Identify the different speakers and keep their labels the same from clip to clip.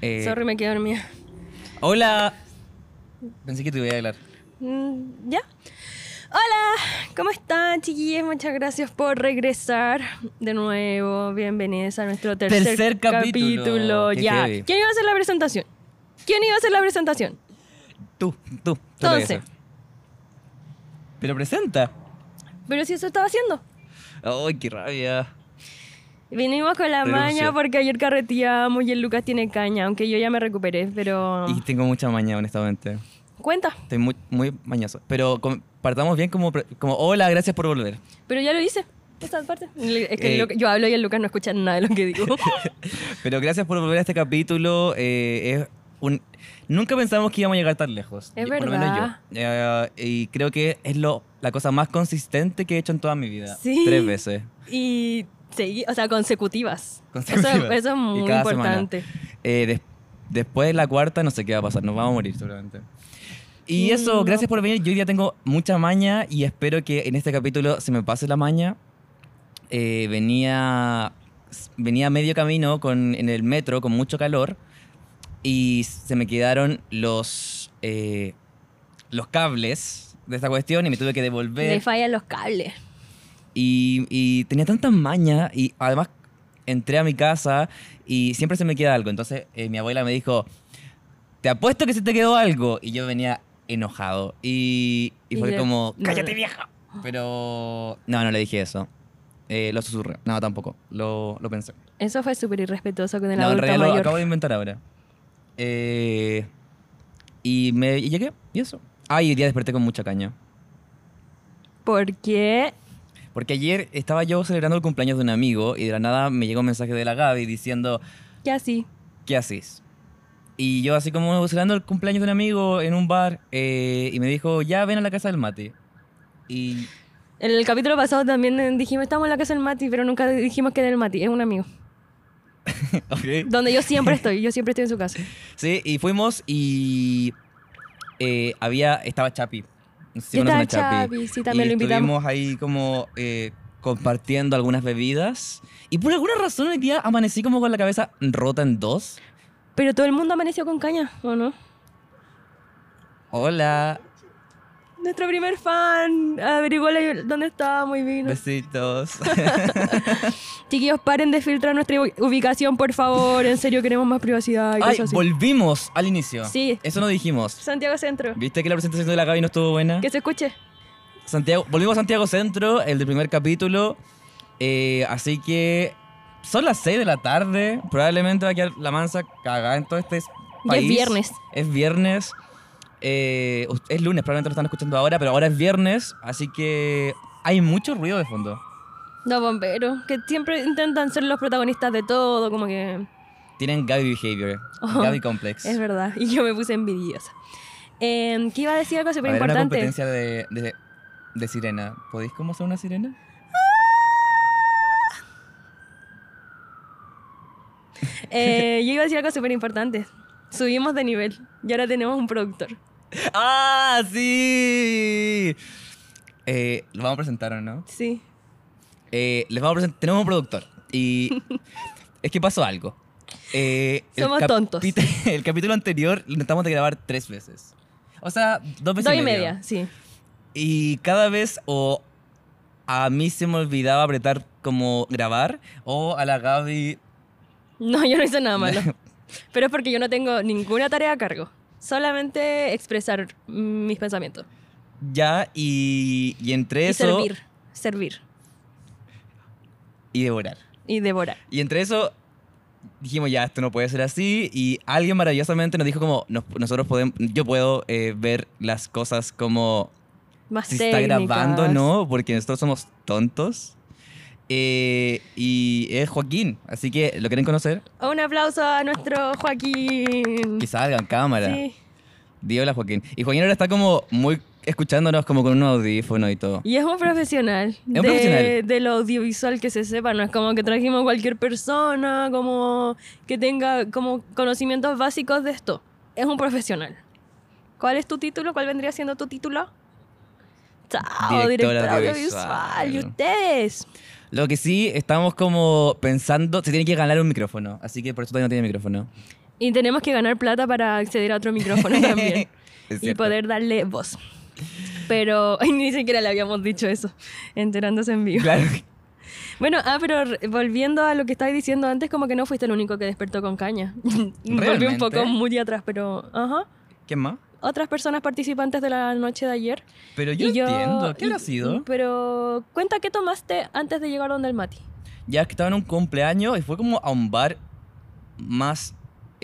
Speaker 1: Eh,
Speaker 2: Sorry, me quedé dormida.
Speaker 1: Hola. Pensé que te iba a hablar.
Speaker 2: Mm, ¿Ya? Hola, ¿cómo están, chiquillos? Muchas gracias por regresar de nuevo. Bienvenidos a nuestro tercer,
Speaker 1: Tercer capítulo. Qué
Speaker 2: Ya.
Speaker 1: heavy.
Speaker 2: ¿Quién iba a hacer la presentación? ¿Quién iba a hacer la presentación?
Speaker 1: Tú, tú. tú
Speaker 2: Entonces.
Speaker 1: regresa. Pero presenta.
Speaker 2: Pero si eso estaba haciendo.
Speaker 1: Ay, qué rabia.
Speaker 2: Vinimos con la
Speaker 1: Renuncio.
Speaker 2: maña porque ayer carreteamos y el Lucas tiene caña, aunque yo ya me recuperé, pero.
Speaker 1: Y tengo mucha maña, honestamente.
Speaker 2: Cuenta.
Speaker 1: Estoy muy, muy mañoso. Pero com- partamos bien como, pre- como, hola, gracias por volver.
Speaker 2: Pero ya lo hice. Esta parte. Es que
Speaker 1: Eh.
Speaker 2: el Luca- yo hablo y el Lucas no escucha nada de lo que digo.
Speaker 1: Pero gracias por volver a este capítulo. eh, es un... Nunca pensamos que íbamos a llegar tan lejos.
Speaker 2: Es
Speaker 1: Y Por lo menos yo.
Speaker 2: verdad.
Speaker 1: Eh, y creo que es lo, la cosa más consistente que he hecho en toda mi vida.
Speaker 2: Sí.
Speaker 1: Tres veces.
Speaker 2: y seguí, o sea, consecutivas.
Speaker 1: Consecutivas.
Speaker 2: Eso, eso es
Speaker 1: Y
Speaker 2: muy
Speaker 1: cada
Speaker 2: importante.
Speaker 1: Eh, des- después de la cuarta, no sé qué va a pasar, nos vamos a morir seguramente. Y eso,
Speaker 2: Mm,
Speaker 1: gracias por venir. Yo hoy día tengo mucha maña y espero que en este capítulo se me pase la maña. Eh, venía, venía a medio camino con, en el metro con mucho calor y se me quedaron los, eh, los cables de esta cuestión y me tuve que devolver.
Speaker 2: Le fallan los cables.
Speaker 1: Y, y tenía tantas mañas y además entré a mi casa y siempre se me queda algo. Entonces eh, mi abuela me dijo, te apuesto que se te quedó algo. Y yo venía enojado. Y, y
Speaker 2: Y
Speaker 1: fue
Speaker 2: le-
Speaker 1: como,
Speaker 2: no.
Speaker 1: cállate vieja. Pero no, no le dije eso. Eh, lo susurré. No, tampoco. Lo, lo pensé.
Speaker 2: Eso fue súper irrespetuoso con el
Speaker 1: No, en
Speaker 2: adulto
Speaker 1: realidad lo
Speaker 2: mayor.
Speaker 1: acabo de inventar ahora. Eh, y me y llegué. Y eso. Ay, hoy día desperté con mucha caña.
Speaker 2: Porque
Speaker 1: Porque ayer estaba yo celebrando el cumpleaños de un amigo y de la nada me llegó un mensaje de la Gaby diciendo,
Speaker 2: ya sí.
Speaker 1: ¿qué haces? Y yo así como celebrando el cumpleaños de un amigo en un bar eh, y me dijo, ya ven a la casa del mate. Y
Speaker 2: En el capítulo pasado también eh, dijimos, estamos en la casa del Mati, pero nunca dijimos que era el Mati, es un amigo.
Speaker 1: Ok.
Speaker 2: Donde yo siempre estoy, yo siempre estoy en su casa.
Speaker 1: Sí, y fuimos y eh, había, estaba Chapi. No sé si
Speaker 2: Sí,
Speaker 1: conocen a
Speaker 2: estaba Chapi, sí, también
Speaker 1: Y
Speaker 2: lo invitamos.
Speaker 1: Estuvimos ahí como eh, compartiendo algunas bebidas. Y por alguna razón hoy día amanecí como con la cabeza rota en dos.
Speaker 2: Pero todo el mundo amaneció con caña, ¿o no?
Speaker 1: Hola,
Speaker 2: Nuestro primer fan averiguó la- dónde estábamos y vino.
Speaker 1: besitos.
Speaker 2: Chiquillos, paren de filtrar nuestra ubi- ubicación, por favor. En serio, queremos más privacidad y
Speaker 1: Ay,
Speaker 2: cosas así.
Speaker 1: volvimos al inicio.
Speaker 2: Sí.
Speaker 1: Eso no dijimos.
Speaker 2: Santiago Centro.
Speaker 1: ¿Viste que la presentación de la Gaby no estuvo buena?
Speaker 2: Que se escuche.
Speaker 1: Santiago, volvimos a Santiago Centro, el del primer capítulo. Eh, así que son las 6 de la tarde. Probablemente va a quedar la mansa cagada en todo este
Speaker 2: Ya es
Speaker 1: país.
Speaker 2: viernes.
Speaker 1: Es viernes. Eh, us- es lunes, probablemente lo están escuchando ahora, pero ahora es viernes. Así que hay mucho ruido de fondo.
Speaker 2: Los bomberos, que siempre intentan ser los protagonistas de todo, como que
Speaker 1: Tienen Gaby Behavior,
Speaker 2: Ojo.
Speaker 1: Gaby Complex.
Speaker 2: Oh, es verdad. Y yo me puse envidiosa. Em, ¿Qué iba a decir algo
Speaker 1: Va a
Speaker 2: súper
Speaker 1: haber una
Speaker 2: importante?
Speaker 1: competencia de, de, de sirena. ¿Podéis cómo hacer una sirena?
Speaker 2: Eh, yo iba a decir algo súper importante. Subimos de nivel y ahora tenemos un productor.
Speaker 1: ¡Ah, sí! Eh, lo vamos a presentar, ¿o no?
Speaker 2: Sí.
Speaker 1: Eh, les vamos a presentar. Tenemos un productor. Y es que pasó algo. Eh, el
Speaker 2: Somos tontos.
Speaker 1: capit- El capítulo anterior lo intentamos de grabar tres veces. O sea, dos veces
Speaker 2: Dos
Speaker 1: medio.
Speaker 2: y media, sí.
Speaker 1: Y cada vez o a mí se me olvidaba apretar como grabar o a la Gaby...
Speaker 2: No, yo no hice nada malo. Pero es porque yo no tengo ninguna tarea a cargo. Solamente expresar mm, mis pensamientos.
Speaker 1: ya y, y entre
Speaker 2: Y
Speaker 1: eso...
Speaker 2: servir. Servir.
Speaker 1: Y devorar.
Speaker 2: Y devorar.
Speaker 1: Y entre eso dijimos, ya, esto no puede ser así. Y alguien maravillosamente nos dijo como, nos- nosotros podemos, yo puedo eh, ver las cosas como
Speaker 2: Más
Speaker 1: si está grabando o
Speaker 2: técnicas.
Speaker 1: no, porque nosotros somos tontos. Eh, y es Joaquín, así que lo quieren conocer,
Speaker 2: Un aplauso a nuestro Joaquín.
Speaker 1: que salga en cámara.
Speaker 2: Sí.
Speaker 1: Di hola Joaquín. Y Joaquín ahora está como muy escuchándonos como con un audífono y todo.
Speaker 2: Y es un profesional.
Speaker 1: un
Speaker 2: de,
Speaker 1: profesional.
Speaker 2: de lo audiovisual que se sepa. No es como que trajimos cualquier persona, como que tenga como conocimientos básicos de esto. Es un profesional. ¿Cuál es tu título? ¿Cuál vendría siendo tu título? Chao,
Speaker 1: Director
Speaker 2: director
Speaker 1: audiovisual.
Speaker 2: audiovisual. ¿Y ustedes?
Speaker 1: Lo que sí, estamos como pensando, se tiene que ganar un micrófono, así que por eso todavía no tiene micrófono.
Speaker 2: Y tenemos que ganar plata para acceder a otro micrófono también.
Speaker 1: Es
Speaker 2: y
Speaker 1: cierto.
Speaker 2: poder darle voz. Pero ay, ni siquiera le habíamos dicho eso, enterándose en vivo.
Speaker 1: Claro.
Speaker 2: Bueno, ah, pero re- volviendo a lo que estabas diciendo antes, como que no fuiste el único que despertó con caña. Volví un
Speaker 1: ¿Realmente?
Speaker 2: poco muy atrás, pero ajá.
Speaker 1: ¿Quién más?
Speaker 2: Otras personas participantes de la noche de ayer.
Speaker 1: Pero yo
Speaker 2: Y
Speaker 1: entiendo. ¿Qué
Speaker 2: y-
Speaker 1: habrá sido?
Speaker 2: Pero cuenta qué tomaste antes de llegar donde el Mati.
Speaker 1: Ya que estaba en un cumpleaños y fue como a un bar más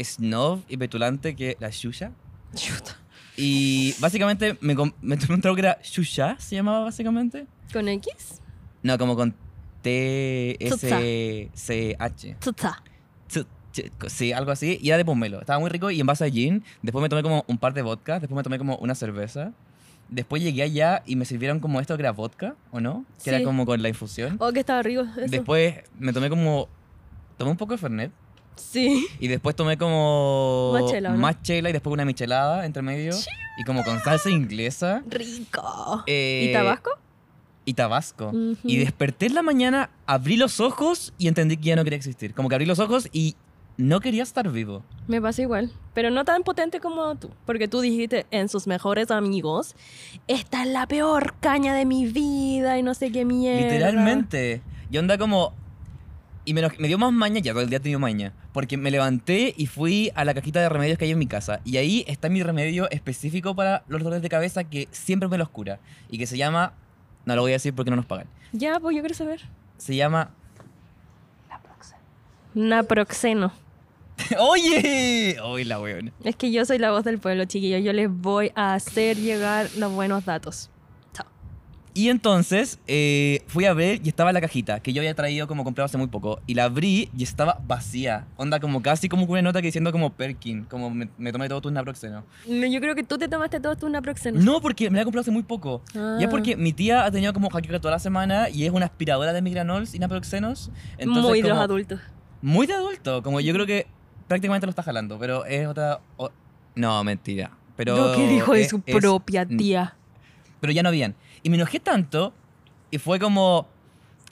Speaker 1: snob y petulante que la Xuxa.
Speaker 2: Chuta.
Speaker 1: Y básicamente me, com- me tomé un trago que era Xuxa, se llamaba básicamente.
Speaker 2: ¿Con X?
Speaker 1: No, como con T-S-C-H.
Speaker 2: Chuta.
Speaker 1: Tsu- ch- Sí, algo así. Y era de pomelo. Estaba muy rico y en base a gin. Después me tomé como un par de vodka. Después me tomé como una cerveza. Después llegué allá y me sirvieron como esto que era vodka, ¿o no? Que
Speaker 2: Sí.
Speaker 1: era como con la infusión.
Speaker 2: Oh, que estaba rico eso.
Speaker 1: Después me tomé como... Tomé un poco de Fernet.
Speaker 2: Sí.
Speaker 1: Y después tomé como...
Speaker 2: Más chela, ¿o no?
Speaker 1: más chela y después una michelada entre medio. Y como con salsa inglesa.
Speaker 2: Rico.
Speaker 1: Eh,
Speaker 2: ¿Y Tabasco?
Speaker 1: y Tabasco.
Speaker 2: Ujú.
Speaker 1: Y desperté en la mañana, abrí los ojos y entendí que ya no quería existir. Como que abrí los ojos y no quería estar vivo.
Speaker 2: Me pasa igual, pero no tan potente como tú, porque tú dijiste en sus mejores amigos, esta es la peor caña de mi vida y no sé qué mierda.
Speaker 1: Literalmente. Y onda como... Y me, lo- me dio más maña, ya todo el día he tenido maña. Porque me levanté y fui a la cajita de remedios que hay en mi casa. Y ahí está mi remedio específico para los dolores de cabeza que siempre me los cura. Y que se llama... No lo voy a decir porque no nos pagan.
Speaker 2: Ya, pues yo quiero saber.
Speaker 1: Se llama...
Speaker 2: Naproxeno.
Speaker 1: ¡Oye! ¡Oye la weón!
Speaker 2: Es que yo soy la voz del pueblo, chiquillos. Yo les voy a hacer llegar los buenos datos. Chao.
Speaker 1: Y entonces eh, fui a ver y estaba la cajita que yo había traído como comprado hace muy poco. Y la abrí y estaba vacía. Onda como casi como con una nota que diciendo como Perkin. Como me, me tomé todo tu naproxeno.
Speaker 2: No, Yo creo que tú te tomaste todos tus naproxenos.
Speaker 1: No, porque me la he comprado hace muy poco.
Speaker 2: Ah.
Speaker 1: Y es porque mi tía ha tenido como jaqueca toda la semana y es una aspiradora de migranols y naproxenos. Entonces,
Speaker 2: Muy de
Speaker 1: como-
Speaker 2: los adultos.
Speaker 1: Muy de adulto. Como yo creo que prácticamente lo está jalando. Pero es otra... o- No, mentira. Pero
Speaker 2: Lo que dijo de
Speaker 1: es-
Speaker 2: su
Speaker 1: es-
Speaker 2: propia tía.
Speaker 1: pero ya no habían. Y me enojé tanto y fue como,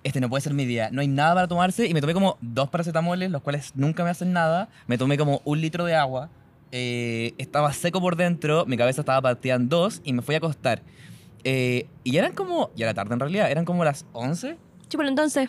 Speaker 1: este no puede ser mi día, no hay nada para tomarse. Y me tomé como dos paracetamoles, los cuales nunca me hacen nada. Me tomé como un litro de agua, eh, estaba seco por dentro, mi cabeza estaba partida en dos y me fui a acostar. Eh, y ya eran como, ya era tarde en realidad, eran como las 11.
Speaker 2: Chúpalo entonces.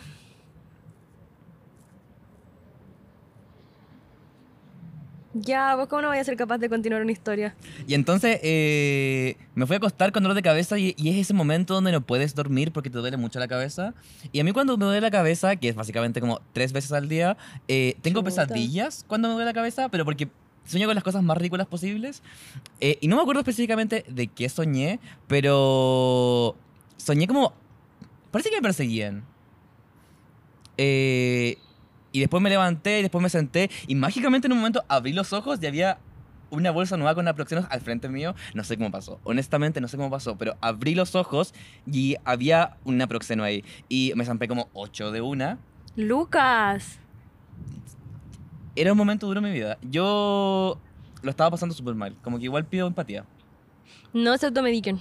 Speaker 2: Ya, vos cómo no vais a ser capaz de continuar una historia.
Speaker 1: Y entonces eh, me fui a acostar con dolor de cabeza y, y es ese momento donde no puedes dormir porque te duele mucho la cabeza. Y a mí cuando me duele la cabeza, que es básicamente como tres veces al día, eh, tengo
Speaker 2: Chuta.
Speaker 1: pesadillas cuando me duele la cabeza, pero porque sueño con las cosas más ridículas posibles. Eh, y no me acuerdo específicamente de qué soñé, pero soñé como... Parece que me perseguían. Eh, y después me levanté, y después me senté, y mágicamente en un momento abrí los ojos y había una bolsa nueva con naproxenos al frente mío. No sé cómo pasó. Honestamente, no sé cómo pasó, pero abrí los ojos y había un naproxeno ahí. Y me zampé como ocho de una.
Speaker 2: Lucas.
Speaker 1: Era un momento duro en mi vida. Yo lo estaba pasando súper mal. Como que igual pido empatía.
Speaker 2: No se automediquen.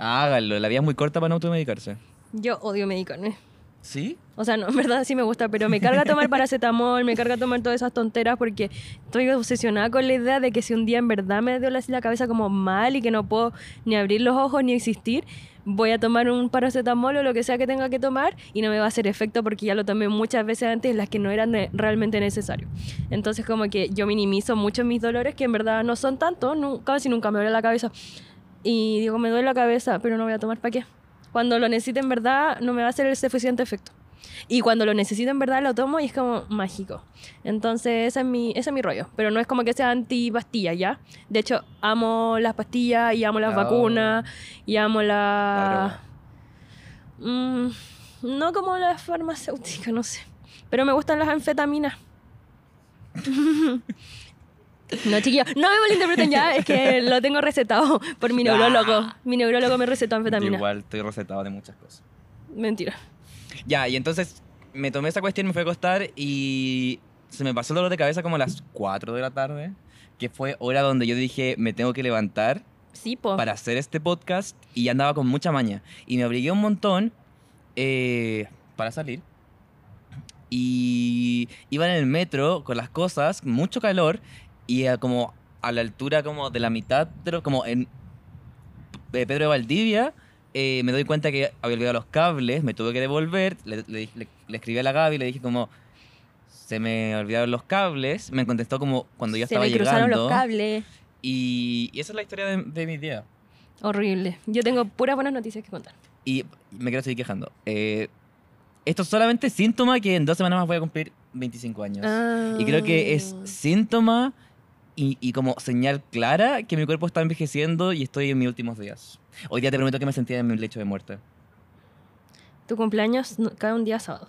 Speaker 1: Hágalo, la vida es muy corta para no automedicarse.
Speaker 2: Yo odio medicarme.
Speaker 1: ¿Sí?
Speaker 2: O sea, no, en verdad sí me gusta, pero me carga tomar paracetamol, me carga tomar todas esas tonteras porque estoy obsesionada con la idea de que si un día en verdad me dio la, la cabeza como mal y que no puedo ni abrir los ojos ni existir, voy a tomar un paracetamol o lo que sea que tenga que tomar y no me va a hacer efecto porque ya lo tomé muchas veces antes las que no eran de- realmente necesarios. Entonces como que yo minimizo mucho mis dolores que en verdad no son tantos, nu- casi nunca me duele la cabeza. Y digo, me duele la cabeza, pero no voy a tomar para qué. Cuando lo necesite en verdad no me va a hacer el suficiente efecto. Y cuando lo necesito en verdad lo tomo y es como mágico. Entonces ese es mi, ese es mi rollo. Pero no es como que sea anti pastilla, ¿ya? De hecho, amo las pastillas y amo las
Speaker 1: Oh.
Speaker 2: vacunas y amo
Speaker 1: Claro.
Speaker 2: la... Mm, no como las farmacéuticas, no sé. Pero me gustan las anfetaminas. No, chiquillos, no me malinterpreten ya, es que lo tengo recetado por mi neurólogo. Mi neurólogo me recetó
Speaker 1: Yo
Speaker 2: anfetamina.
Speaker 1: Igual estoy recetado de muchas cosas.
Speaker 2: Mentira.
Speaker 1: Ya, y entonces me tomé esa cuestión, me fui a acostar y se me pasó el dolor de cabeza como a las 4 de la tarde, que fue hora donde yo dije, me tengo que levantar
Speaker 2: Sí, po.
Speaker 1: para hacer este podcast y andaba con mucha maña. Y me abrigué un montón eh, para salir. Y iba en el metro con las cosas, mucho calor, y a como a la altura como de la mitad, de lo- como en de Pedro de Valdivia, eh, me doy cuenta que había olvidado los cables, me tuve que devolver, le, le- le- le escribí a la Gaby, le dije como, se me olvidaron los cables, me contestó como cuando yo
Speaker 2: Se
Speaker 1: estaba
Speaker 2: me cruzaron
Speaker 1: llegando.
Speaker 2: los cables.
Speaker 1: Y, y esa es la historia de, de mi día.
Speaker 2: Horrible. Yo tengo puras buenas noticias que contar.
Speaker 1: Y me quiero seguir quejando. Eh, esto es solamente síntoma que en dos semanas más voy a cumplir 25 años. Y creo que es
Speaker 2: Ah.
Speaker 1: síntoma y, y como señal clara que mi cuerpo está envejeciendo y estoy en mis últimos días. Hoy día te prometo que me sentía en mi lecho de muerte.
Speaker 2: Tu cumpleaños no- cae un día sábado.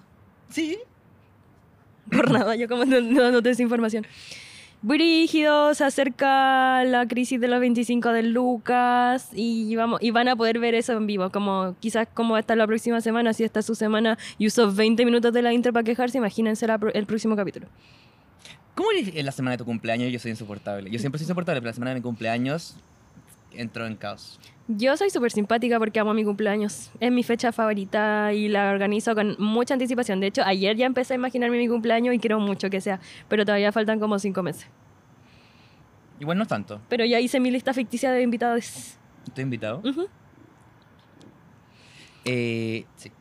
Speaker 1: Sí.
Speaker 2: Por nada, yo como no, no, no te des información. Brígido, se acerca la crisis de los 25 de Lucas y, vamos, y van a poder ver eso en vivo. Como quizás como está la próxima semana, si está su semana y usó 20 minutos de la intro para quejarse, imagínense la pro- el próximo capítulo.
Speaker 1: ¿Cómo eres en la semana de tu cumpleaños? Yo soy insoportable. Yo siempre soy insoportable, pero la semana de mi cumpleaños entro en caos.
Speaker 2: Yo soy súper simpática porque amo mi cumpleaños. Es mi fecha favorita y la organizo con mucha anticipación. De hecho, ayer ya empecé a imaginarme mi cumpleaños y quiero mucho que sea, pero todavía faltan como cinco meses.
Speaker 1: Igual no es tanto.
Speaker 2: Pero ya hice mi lista ficticia de invitados.
Speaker 1: Estoy invitado.
Speaker 2: Ujú.
Speaker 1: Eh, sí.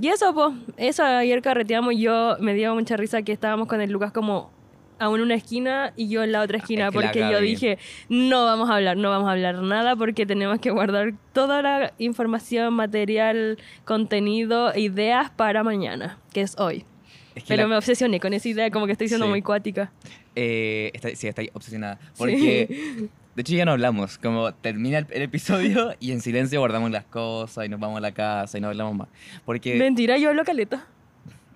Speaker 2: Y eso, pues, eso ayer carreteamos. Yo me dio mucha risa que estábamos con el Lucas como aún en una esquina y yo en la otra esquina,
Speaker 1: es que la
Speaker 2: porque yo
Speaker 1: Gaby.
Speaker 2: dije, no vamos a hablar, no vamos a hablar nada, porque tenemos que guardar toda la información, material, contenido, e ideas para mañana, que es hoy.
Speaker 1: Es que
Speaker 2: Pero
Speaker 1: la-
Speaker 2: me obsesioné con esa idea, como que estoy siendo
Speaker 1: Sí.
Speaker 2: muy cuática.
Speaker 1: Eh, está, sí, está obsesionada. Porque, de hecho, ya no hablamos. Como termina el, el episodio y en silencio guardamos las cosas y nos vamos a la casa y no hablamos más. Porque
Speaker 2: Mentira, yo hablo caleta.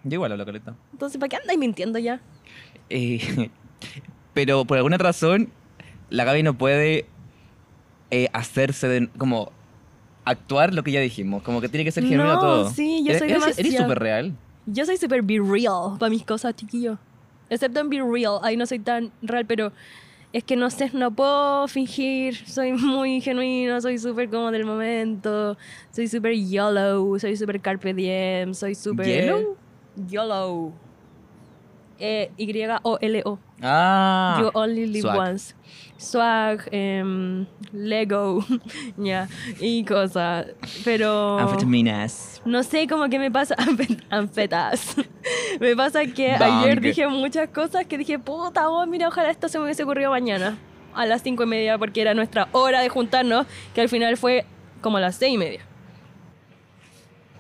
Speaker 1: yo igual hablo caleta.
Speaker 2: Entonces, ¿para qué andáis mintiendo ya?
Speaker 1: Eh, pero por alguna razón, la Gaby no puede eh, hacerse de, como actuar lo que ya dijimos. Como que tiene que ser genuino
Speaker 2: No,
Speaker 1: todo.
Speaker 2: sí, yo
Speaker 1: Eres-
Speaker 2: soy
Speaker 1: eres- Eres
Speaker 2: demasiado-
Speaker 1: súper real.
Speaker 2: Yo soy súper be real para mis cosas, chiquillo. Excepto en be real, ahí no soy tan real, pero es que no sé, no puedo fingir. Soy muy genuina, soy súper como del momento. Soy súper yellow, soy súper carpe diem, soy súper.
Speaker 1: ¿Yellow?
Speaker 2: Yellow. Eh, Y-O-L-O.
Speaker 1: Ah.
Speaker 2: You only live
Speaker 1: swag.
Speaker 2: once. Swag, em, Lego, ya, y cosas. Pero.
Speaker 1: Ah, Anfetaminas.
Speaker 2: No sé, como que me pasa anfet- anfetas. me pasa que
Speaker 1: Bang.
Speaker 2: ayer dije muchas cosas que dije, puta, oh, mira, ojalá esto se me hubiese ocurrido mañana a las cinco y media porque era nuestra hora de juntarnos, que al final fue como a las seis y media.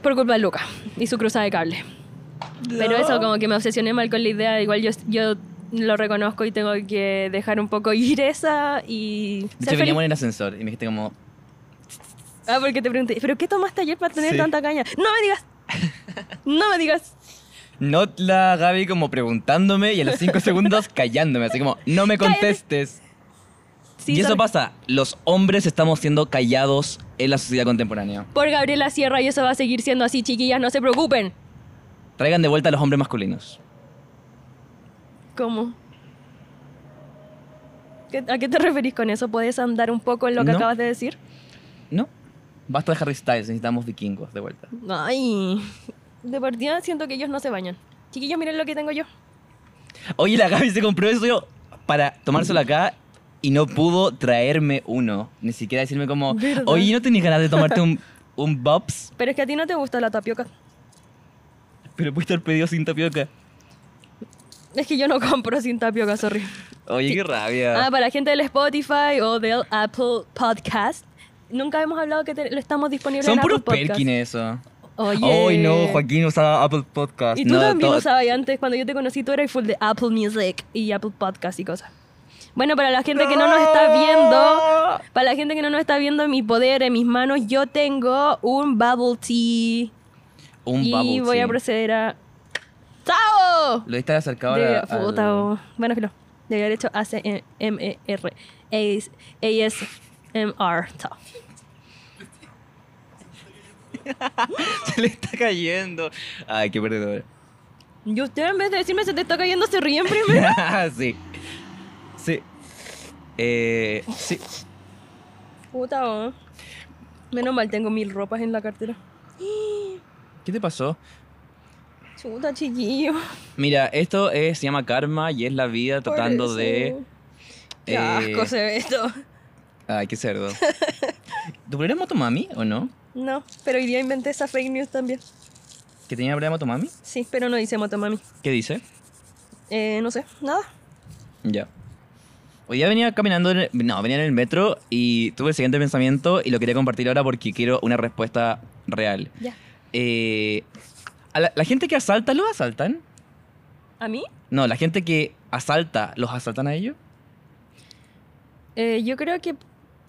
Speaker 2: Por culpa de Luca y su cruzada de cable. Pero eso, como que me obsesioné mal con la idea, igual yo, yo lo reconozco y tengo que dejar un poco ir esa y...
Speaker 1: De
Speaker 2: ser
Speaker 1: hecho,
Speaker 2: feliz.
Speaker 1: veníamos en el ascensor y me dijiste como,
Speaker 2: Ah, porque te pregunté, ¿pero qué tomaste ayer para tener
Speaker 1: Sí.
Speaker 2: tanta caña? No me digas. No me digas.
Speaker 1: No la Gaby como preguntándome y a los 5 segundos callándome, así como, no me contestes.
Speaker 2: Sí,
Speaker 1: y eso
Speaker 2: son-
Speaker 1: pasa, los hombres estamos siendo callados en la sociedad contemporánea.
Speaker 2: Por Gabriela Sierra y eso va a seguir siendo así, chiquillas, no se preocupen.
Speaker 1: Traigan de vuelta a los hombres masculinos.
Speaker 2: ¿Cómo? ¿Qué- ¿A qué te referís con eso? ¿Puedes andar un poco en lo que
Speaker 1: No.
Speaker 2: acabas de decir?
Speaker 1: ¿No? Basta de Harry Styles, necesitamos vikingos de vuelta.
Speaker 2: Ay, de partida siento que ellos no se bañan. Chiquillos, miren lo que tengo yo.
Speaker 1: Oye, la Gaby se compró eso para tomárselo acá y no pudo traerme uno. Ni siquiera decirme como,
Speaker 2: ¿Verdad?
Speaker 1: oye, ¿no tenías ganas de tomarte un, un Bob's?
Speaker 2: Pero es que a ti no te gusta la tapioca.
Speaker 1: Pero puedes estar pedido sin tapioca.
Speaker 2: Es que yo no compro sin tapioca, sorry.
Speaker 1: Oye, qué
Speaker 2: Ah,
Speaker 1: rabia.
Speaker 2: para la gente del Spotify o del Apple Podcast. Nunca hemos hablado que te- lo estamos disponibles
Speaker 1: Son
Speaker 2: en Apple
Speaker 1: puros
Speaker 2: Podcast.
Speaker 1: Perkin eso.
Speaker 2: Oye.
Speaker 1: Ay, no, Joaquín usaba Apple Podcast.
Speaker 2: Y tú
Speaker 1: No,
Speaker 2: también
Speaker 1: todo-
Speaker 2: usabas y antes, cuando yo te conocí, tú eras full de Apple Music y Apple Podcast y cosas. Bueno, para la gente que no nos está viendo, para la gente que no nos está viendo, en mi poder, en mis manos, yo tengo un bubble tea.
Speaker 1: Un
Speaker 2: y
Speaker 1: bubble
Speaker 2: voy a
Speaker 1: tea.
Speaker 2: proceder a. ¡Chao!
Speaker 1: Lo diste acercado a
Speaker 2: De,
Speaker 1: la- al-
Speaker 2: puta, oh. o- Bueno, filo. Debe haber hecho ACMR. ASMR. Chao.
Speaker 1: Se le está cayendo. Ay, qué perdedor.
Speaker 2: Y ustedes, en vez de decirme se te está cayendo, se ríen primero.
Speaker 1: sí. Sí. Eh, sí.
Speaker 2: Puta, oh. Menos mal, tengo mil ropas en la cartera.
Speaker 1: ¿Qué te pasó?
Speaker 2: Chuta, chiquillo.
Speaker 1: Mira, esto es- se llama karma y es la vida
Speaker 2: Por
Speaker 1: tratando
Speaker 2: eso.
Speaker 1: de...
Speaker 2: Qué
Speaker 1: eh,
Speaker 2: asco se ve esto.
Speaker 1: Ay, qué cerdo. ¿Tu problema es Motomami o no?
Speaker 2: No, pero hoy día inventé esa fake news también.
Speaker 1: ¿Que tenía problema Motomami?
Speaker 2: Sí, pero no dice Motomami.
Speaker 1: ¿Qué dice?
Speaker 2: Eh, no sé, nada.
Speaker 1: Ya. Hoy día venía caminando, en el- no, venía en el metro y tuve el siguiente pensamiento y lo quería compartir ahora porque quiero una respuesta real.
Speaker 2: Ya.
Speaker 1: Eh, a la, la gente que asalta, ¿los asaltan?
Speaker 2: ¿A mí?
Speaker 1: No, la gente que asalta, ¿los asaltan a ellos?
Speaker 2: Eh, yo creo que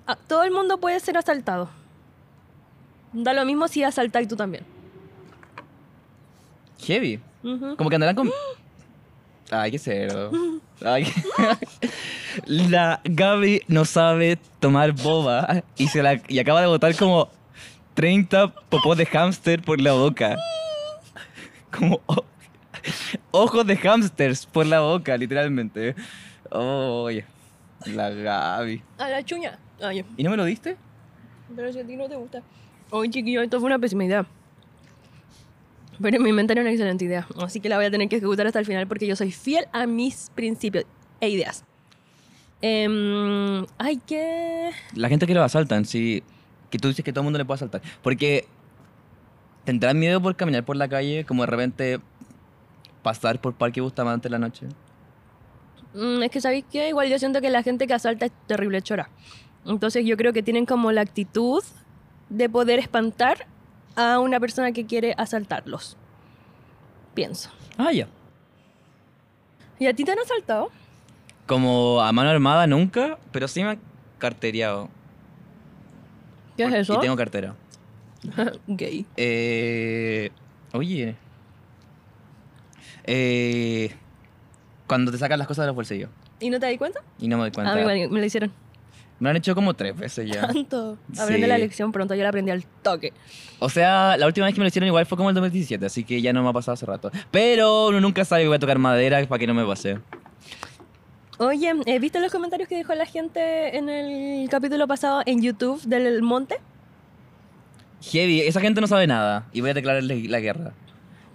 Speaker 2: ah, todo el mundo puede ser asaltado. Da lo mismo si asaltáis tú también.
Speaker 1: Heavy.
Speaker 2: Ujú.
Speaker 1: Como que andarán con... Ay, qué cerdo. Ay, qué- La Gaby no sabe tomar boba y, se la, y acaba de botar como 30 popos de hámster por la boca. Como o- ojos de hámsters por la boca, literalmente. Oye, la Gaby.
Speaker 2: A la chuña. Ah, Ay,
Speaker 1: ¿Y no me lo diste?
Speaker 2: pero si a ti no te gusta. Oye, chiquillo, esto fue una pésima idea. Pero en mi mente era una excelente idea. Así que la voy a tener que ejecutar hasta el final porque yo soy fiel a mis principios e ideas. Em, ay, que...
Speaker 1: La gente que los asaltan, sí. Que tú dices que todo el mundo le puede asaltar. Porque tendrán miedo por caminar por la calle, como de repente pasar por Parque Bustamante en la noche.
Speaker 2: Mm, es que, ¿sabéis qué? Igual yo siento que la gente que asalta es terrible chora. Entonces yo creo que tienen como la actitud de poder espantar a una persona que quiere asaltarlos. Pienso.
Speaker 1: Ah, ya.
Speaker 2: ¿Y a ti te han asaltado?
Speaker 1: Como a mano armada nunca, pero sí me han carteriado.
Speaker 2: ¿Qué es
Speaker 1: Porque-
Speaker 2: eso?
Speaker 1: Y tengo cartera.
Speaker 2: Gay.
Speaker 1: Eh, oye. Eh, cuando te sacan las cosas de los bolsillos.
Speaker 2: ¿Y no te di cuenta?
Speaker 1: Y no me doy
Speaker 2: A
Speaker 1: cuenta.
Speaker 2: mí Ah, igual me lo hicieron
Speaker 1: Me lo han hecho como tres veces ya.
Speaker 2: tanto. Aprende la
Speaker 1: Sí.
Speaker 2: lección pronto, yo la aprendí al toque.
Speaker 1: O sea, la última vez que me lo hicieron igual fue como el 2017, así que ya no me ha pasado hace rato. Pero uno nunca sabe que voy a tocar madera para que no me pase.
Speaker 2: Oye, eh, ¿viste los comentarios que dejó la gente en el capítulo pasado en YouTube del monte?
Speaker 1: Heavy, esa gente no sabe nada y voy a declararle la guerra.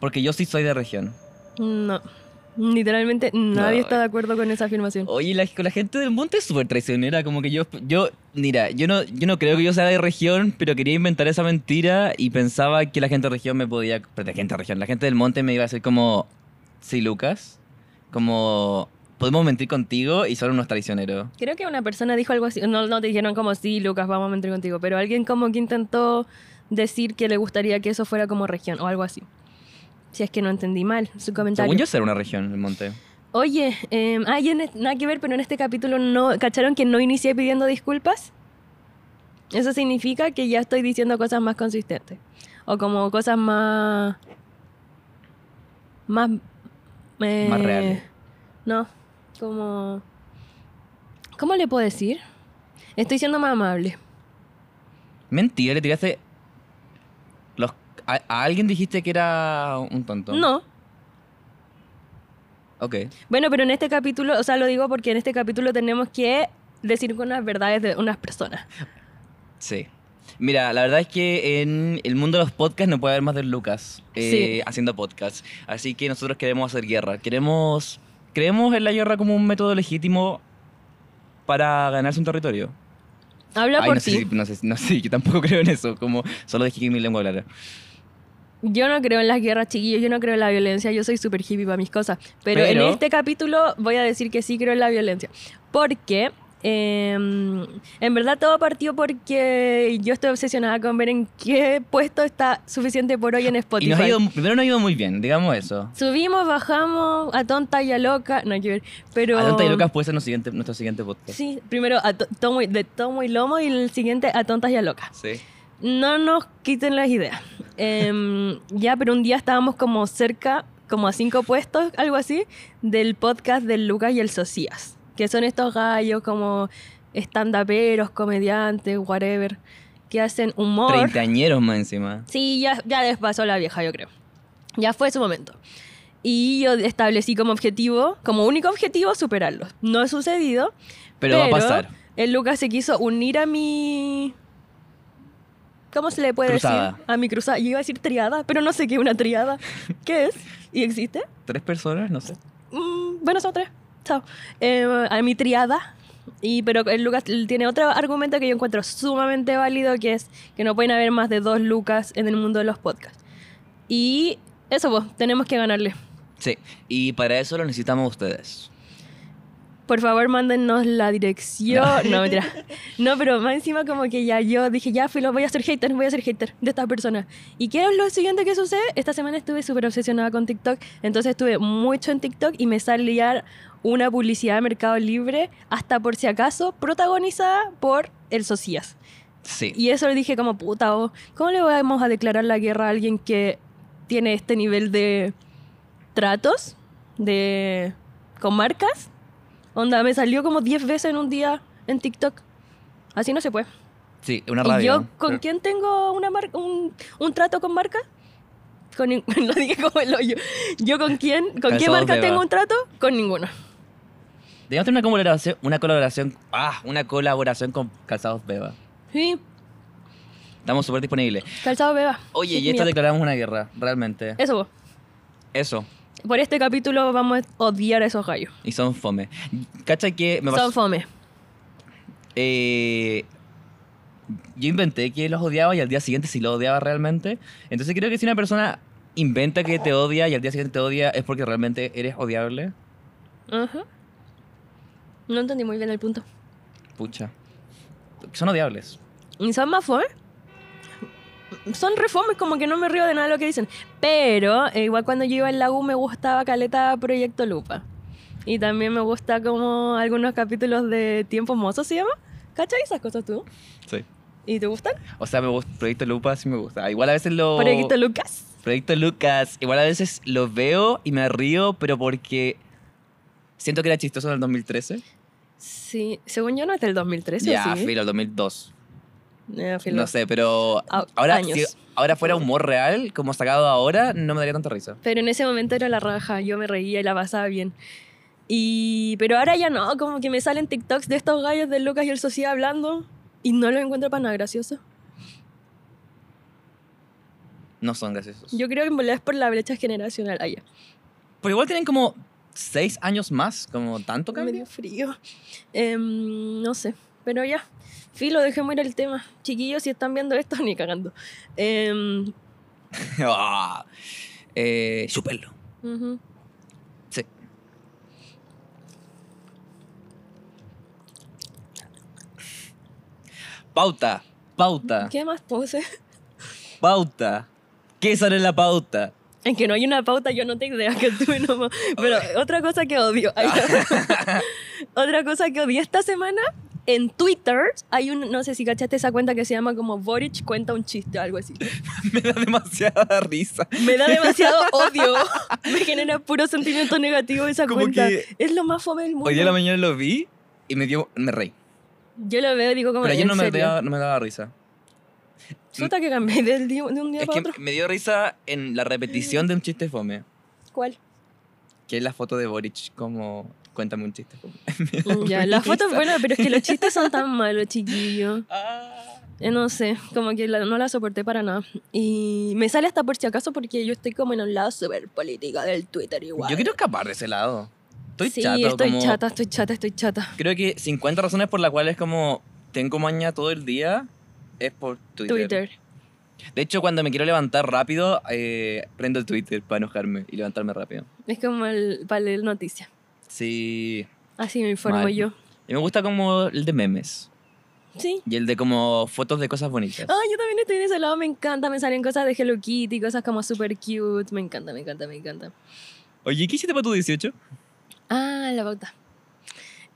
Speaker 1: Porque yo sí soy de región.
Speaker 2: No. Literalmente nadie
Speaker 1: No.
Speaker 2: está de acuerdo con esa afirmación.
Speaker 1: Oye, la, la gente del monte es súper traicionera, como que yo, yo, mira, yo no, yo no creo que yo sea de región, pero quería inventar esa mentira y pensaba que la gente de región me podía, pero la gente de región, la gente del monte me iba a decir como, sí, Lucas, como, podemos mentir contigo y solo unos traicioneros.
Speaker 2: Creo que una persona dijo algo así, no, no te dijeron como sí, Lucas, vamos a mentir contigo, pero alguien como que intentó decir que le gustaría que eso fuera como región o algo así. Si es que no entendí mal su comentario.
Speaker 1: Según yo ser una región, el monte.
Speaker 2: Oye, eh, ay, en este- nada que ver, pero en este capítulo no, ¿cacharon que no inicié pidiendo disculpas? Eso significa que ya estoy diciendo cosas más consistentes. O como cosas más... Más... eh,
Speaker 1: Más reales.
Speaker 2: No, como... ¿Cómo le puedo decir? Estoy siendo más amable.
Speaker 1: Mentira, le tiraste. Los, a, a alguien dijiste que era un tonto.
Speaker 2: No.
Speaker 1: Ok.
Speaker 2: Bueno, pero en este capítulo, o sea, lo digo porque en este capítulo tenemos que decir unas verdades de unas personas.
Speaker 1: Sí. Mira, la verdad es que en el mundo de los podcasts no puede haber más de Lucas eh, haciendo podcasts. Así que nosotros queremos hacer guerra. Queremos. Creemos en la guerra como un método legítimo para ganarse un territorio.
Speaker 2: Habla
Speaker 1: Ay,
Speaker 2: por
Speaker 1: no,
Speaker 2: ti.
Speaker 1: sé, si- no, sé, no sé, yo tampoco creo en eso. Como solo dejé que mi lengua hablara.
Speaker 2: Yo no creo en las guerras, chiquillos, yo no creo en la violencia, yo soy súper hippie para mis cosas. Pero,
Speaker 1: Pero-
Speaker 2: en este capítulo voy a decir que sí creo en la violencia. Porque, eh, en verdad, todo partió porque yo estoy obsesionada con ver en qué puesto está suficiente por hoy en
Speaker 1: Y
Speaker 2: Spotify.
Speaker 1: nos ha ido, primero nos ha ido muy bien, digamos eso.
Speaker 2: Subimos, bajamos, a tonta y a loca. No, hay que ver. Pero.
Speaker 1: A y Lucas puede ser nuestro siguiente, nuestro siguiente podcast.
Speaker 2: Sí, primero a to- tomo y- de tomo y lomo y el siguiente a tontas y a locas.
Speaker 1: Sí.
Speaker 2: No nos quiten las ideas. Em, ya, pero un día estábamos como cerca, como a cinco puestos, algo así, del podcast del Lucas y el Socias, que son estos gallos como estandaperos, comediantes, whatever, que hacen humor.
Speaker 1: Treintañeros más encima.
Speaker 2: Sí, ya, ya les pasó la vieja, yo creo. Ya fue su momento. Y yo establecí como objetivo, como único objetivo, superarlos. No ha sucedido.
Speaker 1: Pero va a pasar.
Speaker 2: El Lucas se quiso unir a mi. ¿Cómo se le puede
Speaker 1: Cruzada.
Speaker 2: decir a mi cruzada? Yo iba a decir triada, pero no sé qué es una triada. ¿Qué es? ¿Y existe?
Speaker 1: Tres personas, no sé.
Speaker 2: Mm, bueno, son tres. Chao. Eh, a mi triada. Y, pero el Lucas tiene otro argumento que yo encuentro sumamente válido, que es que no pueden haber más de dos Lucas en el mundo de los podcasts. Y eso, pues, tenemos que ganarle.
Speaker 1: Sí, y para eso lo necesitamos ustedes.
Speaker 2: Por favor, mándennos la dirección. No, mentira. No, pero más encima como que ya yo dije, ya, filo, voy a ser hater, voy a ser hater de esta persona. ¿Y qué es lo siguiente que sucede? Esta semana estuve súper obsesionada con TikTok, entonces estuve mucho en TikTok y me salía una publicidad de Mercado Libre, hasta por si acaso, protagonizada por el Socias.
Speaker 1: Sí.
Speaker 2: Y eso le dije como, puta, oh, ¿cómo le vamos a declarar la guerra a alguien que tiene este nivel de tratos de con marcas? Onda, me salió como 10 veces en un día en TikTok. Así no se puede.
Speaker 1: Sí, una
Speaker 2: ¿Y
Speaker 1: radio.
Speaker 2: yo con quién tengo una mar- un, un trato con marca? Con nin- lo dije como el hoyo. ¿Yo con quién? ¿Con qué
Speaker 1: Calzados
Speaker 2: marca
Speaker 1: de
Speaker 2: tengo
Speaker 1: va.
Speaker 2: un trato? Con ninguna.
Speaker 1: Debemos tener una colaboración, una colaboración, ah, una colaboración con Calzados Beba.
Speaker 2: Sí,
Speaker 1: Estamos súper disponibles.
Speaker 2: calzado beba.
Speaker 1: Oye,
Speaker 2: Sí,
Speaker 1: y esto
Speaker 2: mira.
Speaker 1: declaramos una guerra, realmente.
Speaker 2: Eso vos.
Speaker 1: Eso.
Speaker 2: Por este capítulo vamos a odiar a esos gallos.
Speaker 1: Y son fome. Cacha que me
Speaker 2: Son
Speaker 1: pasó.
Speaker 2: fome.
Speaker 1: eh, yo inventé que los odiaba y al día siguiente sí los odiaba realmente. Entonces creo que si una persona inventa que te odia y al día siguiente te odia es porque realmente eres odiable.
Speaker 2: Ajá. No entendí muy bien el punto.
Speaker 1: Pucha. Son odiables.
Speaker 2: ¿Y son más fome? Son reformes, como que no me río de nada de lo que dicen. Pero, eh, igual cuando yo iba en la U me gustaba Caleta Proyecto Lupa. Y también me gusta como algunos capítulos de Tiempo Mozo se llama. ¿Cachai esas cosas tú?
Speaker 1: Sí.
Speaker 2: ¿Y te gustan?
Speaker 1: O sea, me gusta. Proyecto Lupa sí me gusta. Igual a veces lo.
Speaker 2: Proyecto Lucas.
Speaker 1: Proyecto Lucas. Igual a veces lo veo y me río, pero porque siento que era chistoso en el 2013.
Speaker 2: Sí, según yo no es del 2013, ¿o
Speaker 1: ya,
Speaker 2: sí?
Speaker 1: filo, el 2002.
Speaker 2: Ya, filo.
Speaker 1: No sé, pero
Speaker 2: A-
Speaker 1: ahora,
Speaker 2: Ah, años.
Speaker 1: si ahora fuera humor real, como sacado ahora, no me daría tanta risa.
Speaker 2: Pero en ese momento era la raja, yo me reía y la pasaba bien. Y, pero ahora ya no, como que me salen TikToks de estos gallos de Lucas y el Sociedad hablando y no los encuentro para nada gracioso.
Speaker 1: No son graciosos.
Speaker 2: Yo creo que en volada es por la brecha generacional allá.
Speaker 1: Pero igual tienen como seis años más, como tanto
Speaker 2: Me
Speaker 1: cambio.
Speaker 2: dio frío. Em, no sé, pero ya. Filo, dejemos ir al tema. Chiquillos, si están viendo esto, ni cagando. Em,
Speaker 1: Ah. eh, chúpenlo.
Speaker 2: ujú.
Speaker 1: Sí. Pauta, pauta,
Speaker 2: ¿Qué más pues, eh? puse?
Speaker 1: pauta. ¿Qué sale en la pauta?
Speaker 2: En que no hay una pauta, yo no tengo idea que tuve nomás. Pero otra cosa que odio. Ay, otra cosa que odié esta semana. En Twitter hay un, no sé si cachaste esa cuenta que se llama como Boric cuenta un chiste o algo así.
Speaker 1: Me da demasiada risa.
Speaker 2: Me da demasiado odio. Me genera puro sentimiento negativo esa
Speaker 1: Como
Speaker 2: cuenta.
Speaker 1: que-
Speaker 2: Es lo más fome del mundo.
Speaker 1: Hoy día en la mañana lo vi y me dio, me reí.
Speaker 2: Yo lo veo y digo como,
Speaker 1: Pero ayer
Speaker 2: en
Speaker 1: no me,
Speaker 2: serio.
Speaker 1: daba, no me daba risa.
Speaker 2: Suta que cambié del día- de un día
Speaker 1: Es
Speaker 2: para
Speaker 1: que
Speaker 2: otro.
Speaker 1: me dio risa en la repetición de un chiste fome,
Speaker 2: ¿Cuál?
Speaker 1: que es la foto de Boric como cuéntame un chiste fome.
Speaker 2: ya, las fotos, bueno, pero es que los chistes son tan malos, chiquillo.
Speaker 1: Ah.
Speaker 2: Eh, No sé, como que la- no la soporté para nada. Y me sale hasta por si acaso porque yo estoy como en un lado súper política del Twitter igual.
Speaker 1: Yo quiero escapar de ese lado. Estoy
Speaker 2: sí,
Speaker 1: chato,
Speaker 2: estoy
Speaker 1: como-
Speaker 2: chata, estoy chata, estoy chata.
Speaker 1: Creo que 50 razones por las cuales como tengo maña todo el día es por Twitter.
Speaker 2: Twitter.
Speaker 1: De hecho, cuando me quiero levantar rápido, eh, prendo el Twitter para enojarme y levantarme rápido.
Speaker 2: Es como el, para leer noticias.
Speaker 1: Sí.
Speaker 2: Así me informo
Speaker 1: Mal.
Speaker 2: yo.
Speaker 1: Y me gusta como el de memes
Speaker 2: Sí.
Speaker 1: y el de como fotos de cosas bonitas.
Speaker 2: Ah, yo también estoy de ese lado, me encanta. Me salen cosas de Hello Kitty, cosas como súper cute. Me encanta, me encanta, me encanta.
Speaker 1: Oye, ¿qué hiciste para tu
Speaker 2: Eh.
Speaker 1: 18?
Speaker 2: Ah, la pauta.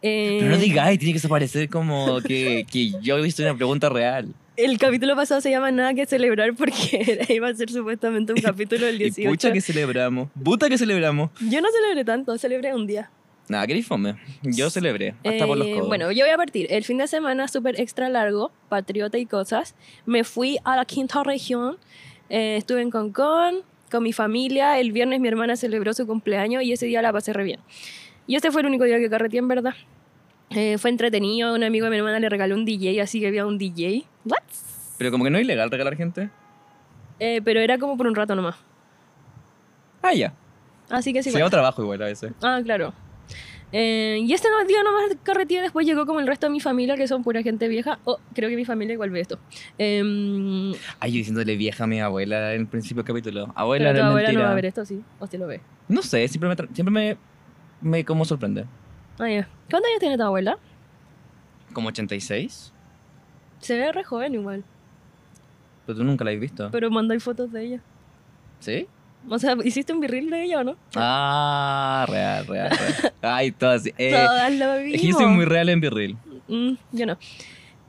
Speaker 2: Eh,
Speaker 1: Pero no digáis, tiene que desaparecer como que, que yo hice una pregunta real.
Speaker 2: El capítulo pasado se llama Nada que celebrar porque iba a ser supuestamente un capítulo del
Speaker 1: Y pucha
Speaker 2: 18.
Speaker 1: que celebramos. Puta que celebramos.
Speaker 2: Yo no celebré tanto, celebré un día.
Speaker 1: Nada, que fome. Yo celebré. Hasta por los
Speaker 2: Eh,
Speaker 1: codos.
Speaker 2: Bueno, yo voy a partir. El fin de semana súper extra largo, patriota y cosas. Me fui a la quinta región, eh, estuve en Concón con mi familia. El viernes mi hermana celebró su cumpleaños y ese día la pasé re bien. Y ese fue el único día que carreteé, en verdad. Eh, fue entretenido, un amigo de mi hermana le regaló un DJ, así que había un DJ. ¿What?
Speaker 1: Pero como que no es ilegal regalar gente.
Speaker 2: Eh, pero era como por un rato nomás.
Speaker 1: Ah, ya.
Speaker 2: Así que sí.
Speaker 1: Se
Speaker 2: cuenta.
Speaker 1: llama trabajo igual a veces.
Speaker 2: Ah, claro. Eh, y este no- día nomás carreteé, después llegó como el resto de mi familia, que son pura gente vieja. Oh, creo que mi familia igual ve esto. Em,
Speaker 1: Ay, yo diciéndole vieja a mi abuela en el principio del capítulo. Abuela,
Speaker 2: pero tu
Speaker 1: no es
Speaker 2: abuela no
Speaker 1: mentira.
Speaker 2: va a ver esto, sí. O sí lo ve.
Speaker 1: No sé, siempre me, tra- siempre me, me como sorprende.
Speaker 2: Ah, ya. ¿Cuántos años tiene tu abuela?
Speaker 1: Como 86,
Speaker 2: Se ve re joven igual,
Speaker 1: pero tú nunca la has visto.
Speaker 2: pero mandáis fotos de ella.
Speaker 1: ¿Sí?
Speaker 2: O sea, ¿hiciste un virril de ella o no?
Speaker 1: Ah, real, real, real. Ay, todas. Eh,
Speaker 2: Todas lo
Speaker 1: es
Speaker 2: vimos.
Speaker 1: que yo soy muy real en virril.
Speaker 2: Mm, yo no.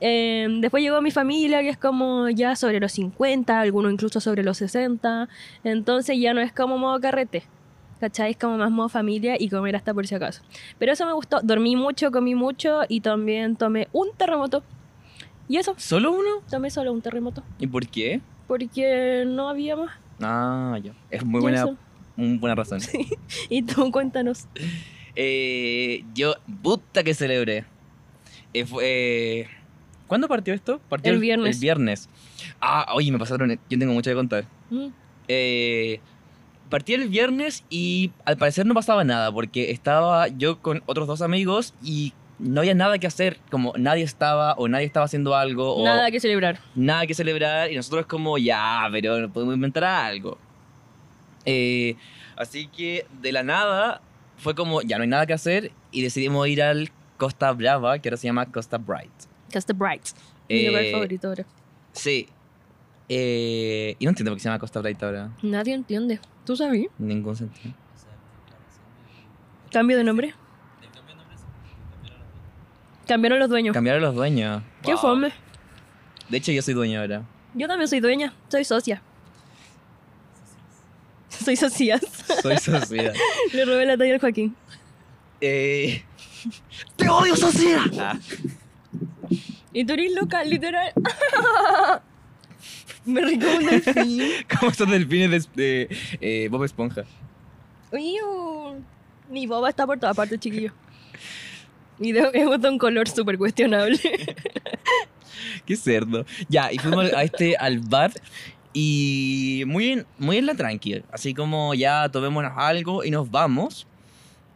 Speaker 2: Eh, después llegó mi familia, que es como ya sobre los 50, algunos incluso sobre los 60. Entonces ya no es como modo carrete. ¿Cachai? Es como más modo familia y comer hasta por si acaso. Pero eso me gustó. Dormí mucho, comí mucho y también tomé un terremoto. Y eso,
Speaker 1: ¿Solo uno?
Speaker 2: tomé solo un terremoto.
Speaker 1: ¿Y por qué?
Speaker 2: Porque no había más.
Speaker 1: Ah, ya. Es muy
Speaker 2: Y
Speaker 1: buena,
Speaker 2: eso.
Speaker 1: muy buena razón.
Speaker 2: Y tú cuéntanos.
Speaker 1: Eh, yo, puta que celebré. Eh, fue- eh, ¿Cuándo partió esto? Partió
Speaker 2: El viernes.
Speaker 1: El viernes. Ah, oye, me pasaron. Yo tengo mucho que contar.
Speaker 2: Mm,
Speaker 1: Eh, partí el viernes y al parecer no pasaba nada porque estaba yo con otros dos amigos y no había nada que hacer, como nadie estaba o nadie estaba haciendo algo o
Speaker 2: Nada que celebrar.
Speaker 1: nada que celebrar y nosotros como ya, pero podemos inventar algo. Eh, así que de la nada fue como ya no hay nada que hacer y decidimos ir al Costa Brava, que ahora se llama Costa Bright.
Speaker 2: Cast the Bright. Mi lugar
Speaker 1: Eh,
Speaker 2: favorito ahora.
Speaker 1: Sí. Eh, y no entiendo por qué se llama Costa Bright ahora.
Speaker 2: Nadie entiende. ¿Tú sabías?
Speaker 1: Ningún sentido.
Speaker 2: ¿Cambio de nombre? Cambiaron los dueños.
Speaker 1: Cambiaron los dueños.
Speaker 2: Qué
Speaker 1: Wow.
Speaker 2: fome.
Speaker 1: De hecho, yo soy dueño ahora.
Speaker 2: Yo también soy dueña. Soy socia. Soy socias.
Speaker 1: Soy sociedad.
Speaker 2: Le robé la talla al Joaquín.
Speaker 1: Eh, ¡Te odio, sociedad! Ah,
Speaker 2: Y tú eres loca, literal. Me rico un delfín.
Speaker 1: ¿Cómo son delfines de, de, eh, Bob Esponja?
Speaker 2: Iu. Mi boba está por todas partes, chiquillo. Y de, es de un color súper cuestionable.
Speaker 1: Qué cerdo. Ya, y fuimos a este, al bar. Y muy en, muy en la tranquila. Así como ya tomémonos algo y nos vamos.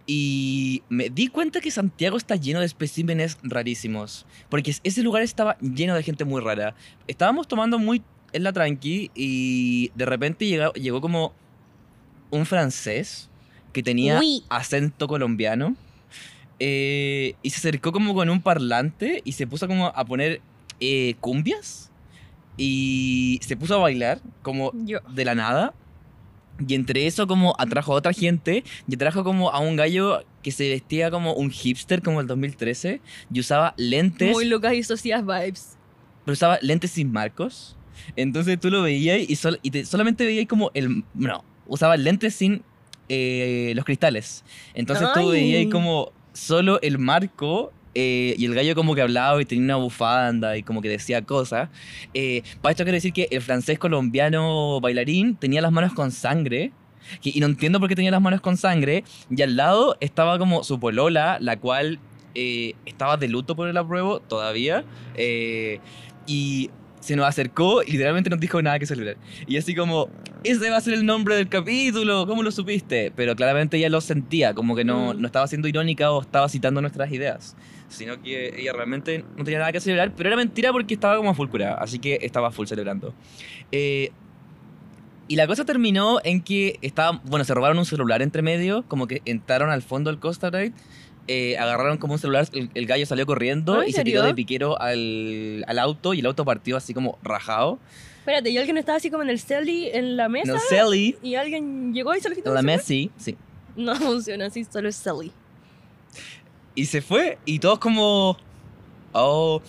Speaker 1: Y me di cuenta que Santiago está lleno de especímenes rarísimos. Porque ese lugar estaba lleno de gente muy rara. Estábamos tomando muy en la tranqui y de repente llega- llegó como un francés que tenía
Speaker 2: Uy.
Speaker 1: acento colombiano. eh, y se acercó como con un parlante y se puso como a poner eh, cumbias. Y se puso a bailar como
Speaker 2: Yo.
Speaker 1: de la nada. Y entre eso como atrajo a otra gente y atrajo como a un gallo que se vestía como un hipster como el 2013 y usaba lentes,
Speaker 2: Muy locas y socias vibes.
Speaker 1: pero usaba lentes sin marcos. Entonces tú lo veías y, sol- y te- solamente veías como el... No, usaba lentes sin eh, los cristales. Entonces tú
Speaker 2: Ay.
Speaker 1: veías como solo el marco eh, y el gallo como que hablaba y tenía una bufanda y como que decía cosas. Eh, para esto quiero decir que el francés colombiano bailarín tenía las manos con sangre. Y, y no entiendo por qué tenía las manos con sangre. Y al lado estaba como su polola, la cual eh, estaba de luto por el apruebo todavía. eh, y se nos acercó y literalmente nos dijo nada que celebrar. Y así como, ese va a ser el nombre del capítulo, ¿cómo lo supiste? Pero claramente ella lo sentía, como que no,
Speaker 2: Mm.
Speaker 1: no estaba siendo irónica o estaba citando nuestras ideas. Sino que ella realmente no tenía nada que celebrar, pero era mentira porque estaba como fulcurada, así que estaba full celebrando. Eh, y la cosa terminó en que estaban, bueno, se robaron un celular entre medio, como que entraron al fondo del Costa Ride, eh, agarraron como un celular, el, el gallo salió corriendo
Speaker 2: ¿Ah, en
Speaker 1: y se tiró
Speaker 2: serio?
Speaker 1: de piquero al, al auto y el auto partió así como rajado.
Speaker 2: Espérate, y alguien estaba así como en el celly, en la mesa.
Speaker 1: No, Sally,
Speaker 2: Y alguien llegó y se lo quitó.
Speaker 1: la
Speaker 2: el
Speaker 1: Messi, sí.
Speaker 2: celular. No funciona así, solo es celly.
Speaker 1: Y se fue y todos como... Oh,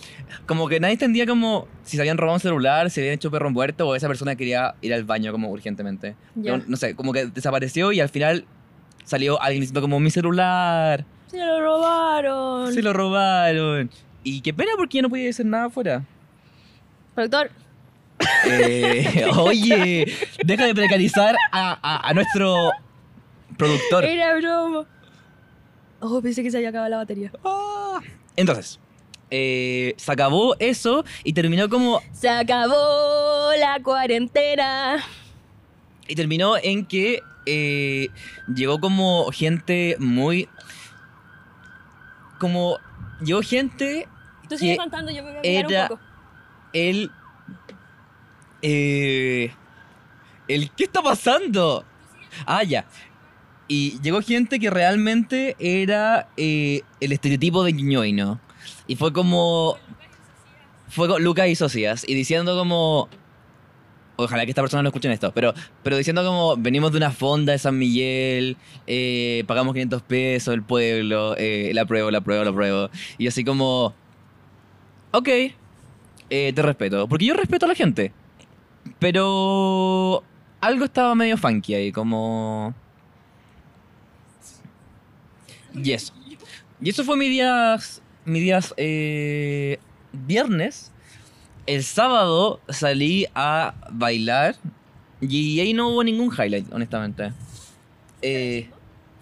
Speaker 1: como que nadie entendía como si se habían robado un celular, si habían hecho perro muerto o esa persona quería ir al baño como urgentemente.
Speaker 2: Ya.
Speaker 1: No, no sé, como que desapareció y al final salió alguien diciendo como mi celular.
Speaker 2: Se lo robaron.
Speaker 1: Se lo robaron. Y qué pena porque ya no podía decir nada afuera.
Speaker 2: Productor,
Speaker 1: Eh, oye, deja de precarizar a, a- a nuestro productor.
Speaker 2: Eh. era broma. Oh, pensé que se había acabado la batería.
Speaker 1: Ah. Entonces, eh, se acabó eso y terminó como
Speaker 2: Se acabó la cuarentena.
Speaker 1: Y terminó en que eh, llegó como gente muy. Como. Llegó gente.
Speaker 2: Tú sigues
Speaker 1: que
Speaker 2: contando, yo me voy a
Speaker 1: era-
Speaker 2: mirar un poco.
Speaker 1: El. eh, el. ¿Qué está pasando? Ah, ya. Y llegó gente que realmente era eh, el estereotipo de Ñoño. Y fue como. Fue con Lucas y Socias. Y diciendo como. Ojalá que esta persona no escuchen esto, pero, pero diciendo como venimos de una fonda de San Miguel, eh, pagamos 500 pesos el pueblo, eh, la pruebo, la pruebo, la pruebo. Y así como, ok, eh, te respeto, porque yo respeto a la gente, pero algo estaba medio funky ahí, como... Y eso. Y eso fue mi día, mi días eh, viernes. El sábado salí a bailar y ahí no hubo ningún highlight, honestamente. Eh,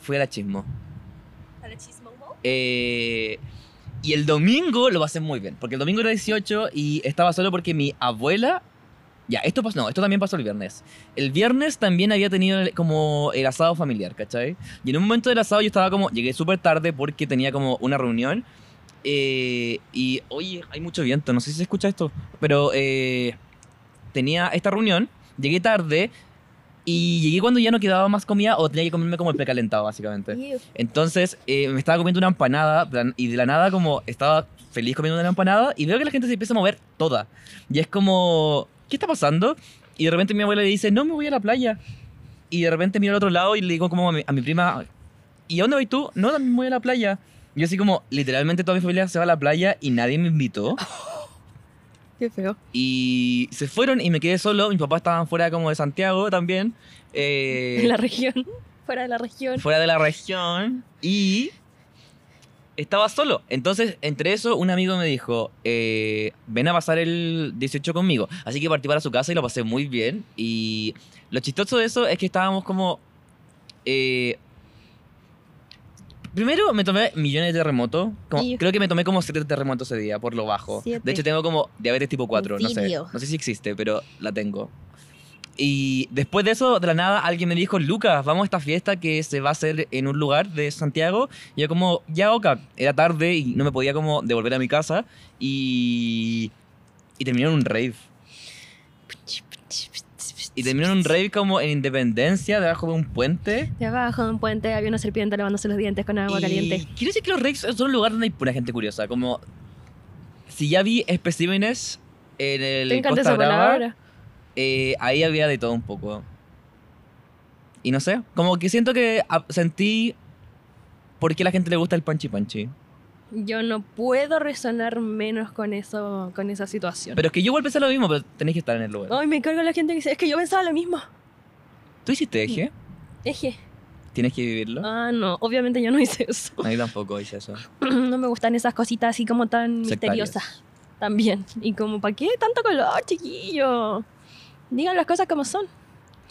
Speaker 1: fui a la chismo. Eh, y el domingo lo pasé muy bien, porque el domingo era 18 y estaba solo porque mi abuela... Ya, esto pasó, no, esto también pasó el viernes. El viernes también había tenido el- como el asado familiar, ¿cachai? Y en un momento del asado yo estaba como, llegué súper tarde porque tenía como una reunión. eh, y, oye, hay mucho viento, no sé si se escucha esto, pero eh, tenía esta reunión, llegué tarde y llegué cuando ya no quedaba más comida o tenía que comerme como el precalentado, básicamente. Entonces eh, me estaba comiendo una empanada plan- y de la nada como estaba feliz comiendo una empanada y veo que la gente se empieza a mover toda. Y es como, ¿qué está pasando? Y de repente mi abuela le dice, no me voy a la playa. Y de repente miro al otro lado y le digo como a mi, a mi prima, ¿y a dónde vas tú? No, también voy a la playa. Y yo así como, literalmente toda mi familia se va a la playa y nadie me invitó.
Speaker 2: Qué feo.
Speaker 1: Y se fueron y me quedé solo. Mis papás estaban fuera como de Santiago también. eh,
Speaker 2: En la región. Fuera de la región.
Speaker 1: fuera de la región y estaba solo. Entonces, entre eso, un amigo me dijo, eh, ven a pasar el 18 conmigo. Así que partí para su casa y lo pasé muy bien. Y lo chistoso de eso es que estábamos como... eh, Primero me tomé millones de terremotos. Como-
Speaker 2: Y-
Speaker 1: Creo que me tomé como 7 terremotos ese día, por lo bajo.
Speaker 2: Siete.
Speaker 1: De hecho, tengo como diabetes tipo 4. No sé,
Speaker 2: Video.
Speaker 1: no sé si existe, pero la tengo. Y después de eso, de la nada, alguien me dijo, Lucas, vamos a esta fiesta que se va a hacer en un lugar de Santiago. Y yo como, ya, oca, era tarde y no me podía como devolver a mi casa. Y, y terminó en un rave. Y terminó en un rave como en Independencia, debajo de un puente.
Speaker 2: De abajo de un puente había una serpiente lavándose los dientes con agua
Speaker 1: Y
Speaker 2: caliente.
Speaker 1: Quiero decir que los raves son un lugar donde hay pura gente curiosa. Como, si ya vi especímenes en el
Speaker 2: Te encanta
Speaker 1: Costa
Speaker 2: esa
Speaker 1: Brava,
Speaker 2: palabra.
Speaker 1: eh, ahí había de todo un poco. Y no sé, como que siento que ah, sentí por qué a la gente le gusta el panchi panchi.
Speaker 2: Yo no puedo resonar menos con eso, con esa situación.
Speaker 1: Pero es que yo igual pensé lo mismo, pero tenéis que estar en el lugar.
Speaker 2: Ay, me cargo la gente que dice, es que yo pensaba lo mismo.
Speaker 1: ¿Tú hiciste eje?
Speaker 2: Eje.
Speaker 1: ¿Tienes que vivirlo?
Speaker 2: Ah, no, obviamente yo no hice eso.
Speaker 1: Ahí tampoco hice eso.
Speaker 2: no me gustan esas cositas así como tan
Speaker 1: Sectarias.
Speaker 2: misteriosas. También. Y como, ¿para qué tanto color, chiquillo? Digan las cosas como son.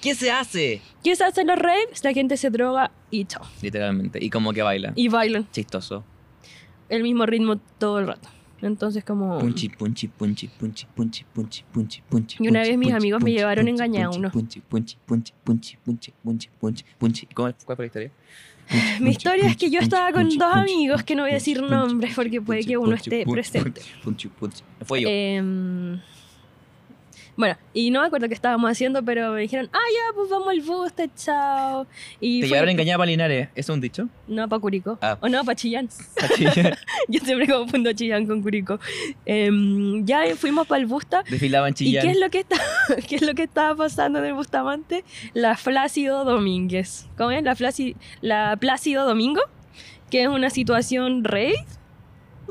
Speaker 1: ¿Qué se hace?
Speaker 2: ¿Qué se hacen los raves? La gente se droga y chao.
Speaker 1: Literalmente. Y como que baila.
Speaker 2: Y bailan
Speaker 1: Chistoso.
Speaker 2: el mismo ritmo todo el rato. Entonces como...
Speaker 1: Punchi, punchi, punchi, punchi, punchi, punchi, punchi, punchi.
Speaker 2: Y una
Speaker 1: punchi,
Speaker 2: vez mis
Speaker 1: punchi,
Speaker 2: amigos me
Speaker 1: punchi,
Speaker 2: llevaron
Speaker 1: punchi,
Speaker 2: engañada a
Speaker 1: punchi,
Speaker 2: uno.
Speaker 1: Punchi, punchi, punchi, punchi, punchi, punchi, punchi, punchi. ¿Y cómo- ¿Cuál fue la historia?
Speaker 2: Mi historia es que yo estaba con dos amigos que no voy a decir nombres porque puede que uno esté presente.
Speaker 1: Fue yo.
Speaker 2: Em, bueno, y no me acuerdo qué estábamos haciendo, pero me dijeron, ah, ya, pues vamos al buste, chao. Y
Speaker 1: Te
Speaker 2: fue-
Speaker 1: llevaron engañada para Linares. ¿Es un dicho?
Speaker 2: No, para Curicó.
Speaker 1: Ah.
Speaker 2: O no, para Chillán. Yo siempre confundo Chillán con Curicó. Em, ya fuimos para el Busta.
Speaker 1: Desfilaba en
Speaker 2: ¿Y
Speaker 1: Chillán.
Speaker 2: qué es, lo que está, qué es lo que estaba pasando en el Bustamante? La Flácido Domínguez. ¿Cómo es? La, Fláci- la Plácido Domingo, que es una situación rey,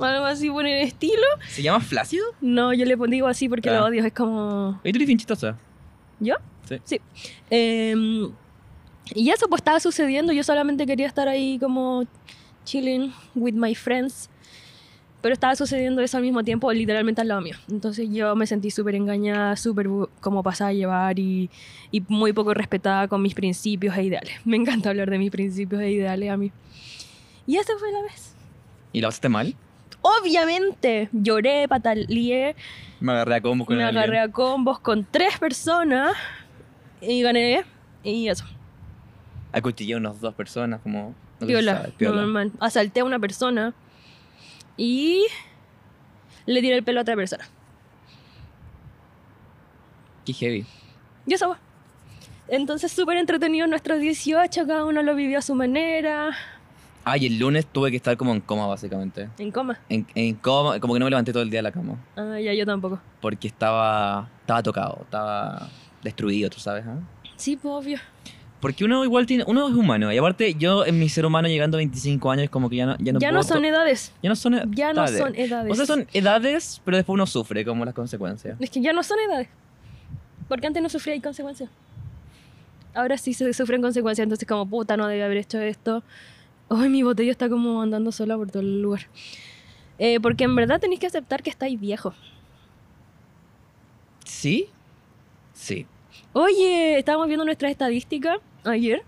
Speaker 2: algo así por el estilo.
Speaker 1: ¿Se llama flácido?
Speaker 2: No, yo le pon- digo así porque
Speaker 1: Ah.
Speaker 2: lo odio, es como...
Speaker 1: Oye, tú eres bien chistosa.
Speaker 2: ¿Yo?
Speaker 1: Sí.
Speaker 2: Em, y eso pues estaba sucediendo, yo solamente quería estar ahí como chilling with my friends, pero estaba sucediendo eso al mismo tiempo, literalmente al lado mío. Entonces yo me sentí súper engañada, súper bu- como pasada a llevar y, y muy poco respetada con mis principios e ideales. Me encanta hablar de mis principios e ideales a mí. Y esa fue la vez.
Speaker 1: ¿Y lo hiciste mal?
Speaker 2: Obviamente lloré, pataleé,
Speaker 1: Me agarré a combos con
Speaker 2: me
Speaker 1: alguien.
Speaker 2: agarré a combos con tres personas y gané. Y eso,
Speaker 1: Acuchillé a unos dos personas, como... no sé si
Speaker 2: piola,
Speaker 1: sabes, piola.
Speaker 2: normal. Asalté a una persona y le tiré el pelo a otra persona.
Speaker 1: Qué heavy.
Speaker 2: Y eso va. Entonces, súper entretenido nuestros 18, cada uno lo vivió a su manera,
Speaker 1: Ah, y el lunes tuve que estar como en coma, básicamente.
Speaker 2: en coma.
Speaker 1: En, en coma, como que no me levanté todo el día de la cama.
Speaker 2: Ah, ya yo tampoco.
Speaker 1: Porque estaba, estaba tocado, estaba destruido, tú sabes, ¿ah?
Speaker 2: Sí, pues, obvio.
Speaker 1: Porque uno igual tiene, uno es humano. Y aparte, yo en mi ser humano llegando a 25 años, como que ya no, ya no
Speaker 2: ya
Speaker 1: puedo
Speaker 2: no son
Speaker 1: to-
Speaker 2: edades.
Speaker 1: Ya no son edades.
Speaker 2: Ya no son edades.
Speaker 1: O sea, son edades, pero después uno sufre como las consecuencias.
Speaker 2: Es que ya no son edades. Porque antes no sufría consecuencias. Ahora sí se sufren consecuencias, entonces como puta, no debe haber hecho esto. Hoy mi botella está como andando sola por todo el lugar. Eh, porque en verdad tenéis que aceptar que estáis viejo.
Speaker 1: ¿Sí? Sí.
Speaker 2: Oye, estábamos viendo nuestra estadística ayer.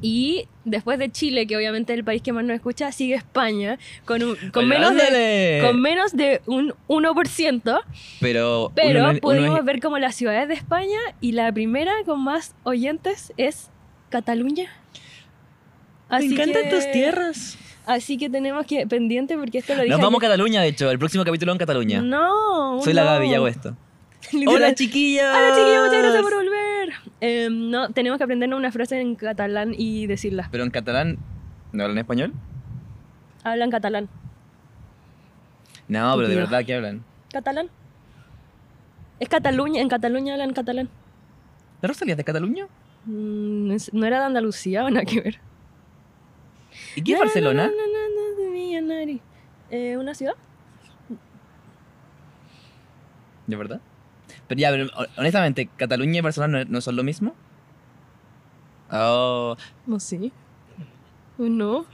Speaker 2: Y después de Chile, que obviamente es el país que más nos escucha, sigue España con, un- con,
Speaker 1: Oye,
Speaker 2: menos, de,
Speaker 1: ándale.
Speaker 2: con menos de un 1%.
Speaker 1: Pero,
Speaker 2: Pero
Speaker 1: uno no- uno
Speaker 2: pudimos
Speaker 1: es-
Speaker 2: ver como las ciudades de España y la primera con más oyentes es Cataluña.
Speaker 1: Me encantan
Speaker 2: que-
Speaker 1: tus tierras.
Speaker 2: Así que tenemos que pendiente porque esto lo dije.
Speaker 1: Nos vamos a
Speaker 2: ayer.
Speaker 1: Cataluña, de hecho. El próximo capítulo en Cataluña.
Speaker 2: No.
Speaker 1: Soy la
Speaker 2: no.
Speaker 1: Gaby y hago esto.
Speaker 2: Literal.
Speaker 1: ¡Hola, chiquillas!
Speaker 2: Hola chiquillos, muchas gracias por volver. Em, no, tenemos que aprendernos una frase en catalán y decirla.
Speaker 1: Pero en catalán, ¿no hablan español?
Speaker 2: Hablan catalán.
Speaker 1: No, pero de
Speaker 2: Estúpido.
Speaker 1: verdad, ¿qué hablan?
Speaker 2: ¿Catalán? Es Cataluña, en Cataluña hablan catalán.
Speaker 1: ¿La Rosalía es de Cataluña?
Speaker 2: Mm, es- no era de Andalucía, van a que ver.
Speaker 1: ¿Y qué es
Speaker 2: Na,
Speaker 1: Barcelona?
Speaker 2: na, na, na, na, na, mia, nari. Eh, ¿Una ciudad?
Speaker 1: ¿De verdad? Pero ya, pero, hon- honestamente, ¿Cataluña y Barcelona no, no son lo mismo? Oh.
Speaker 2: No sé. No.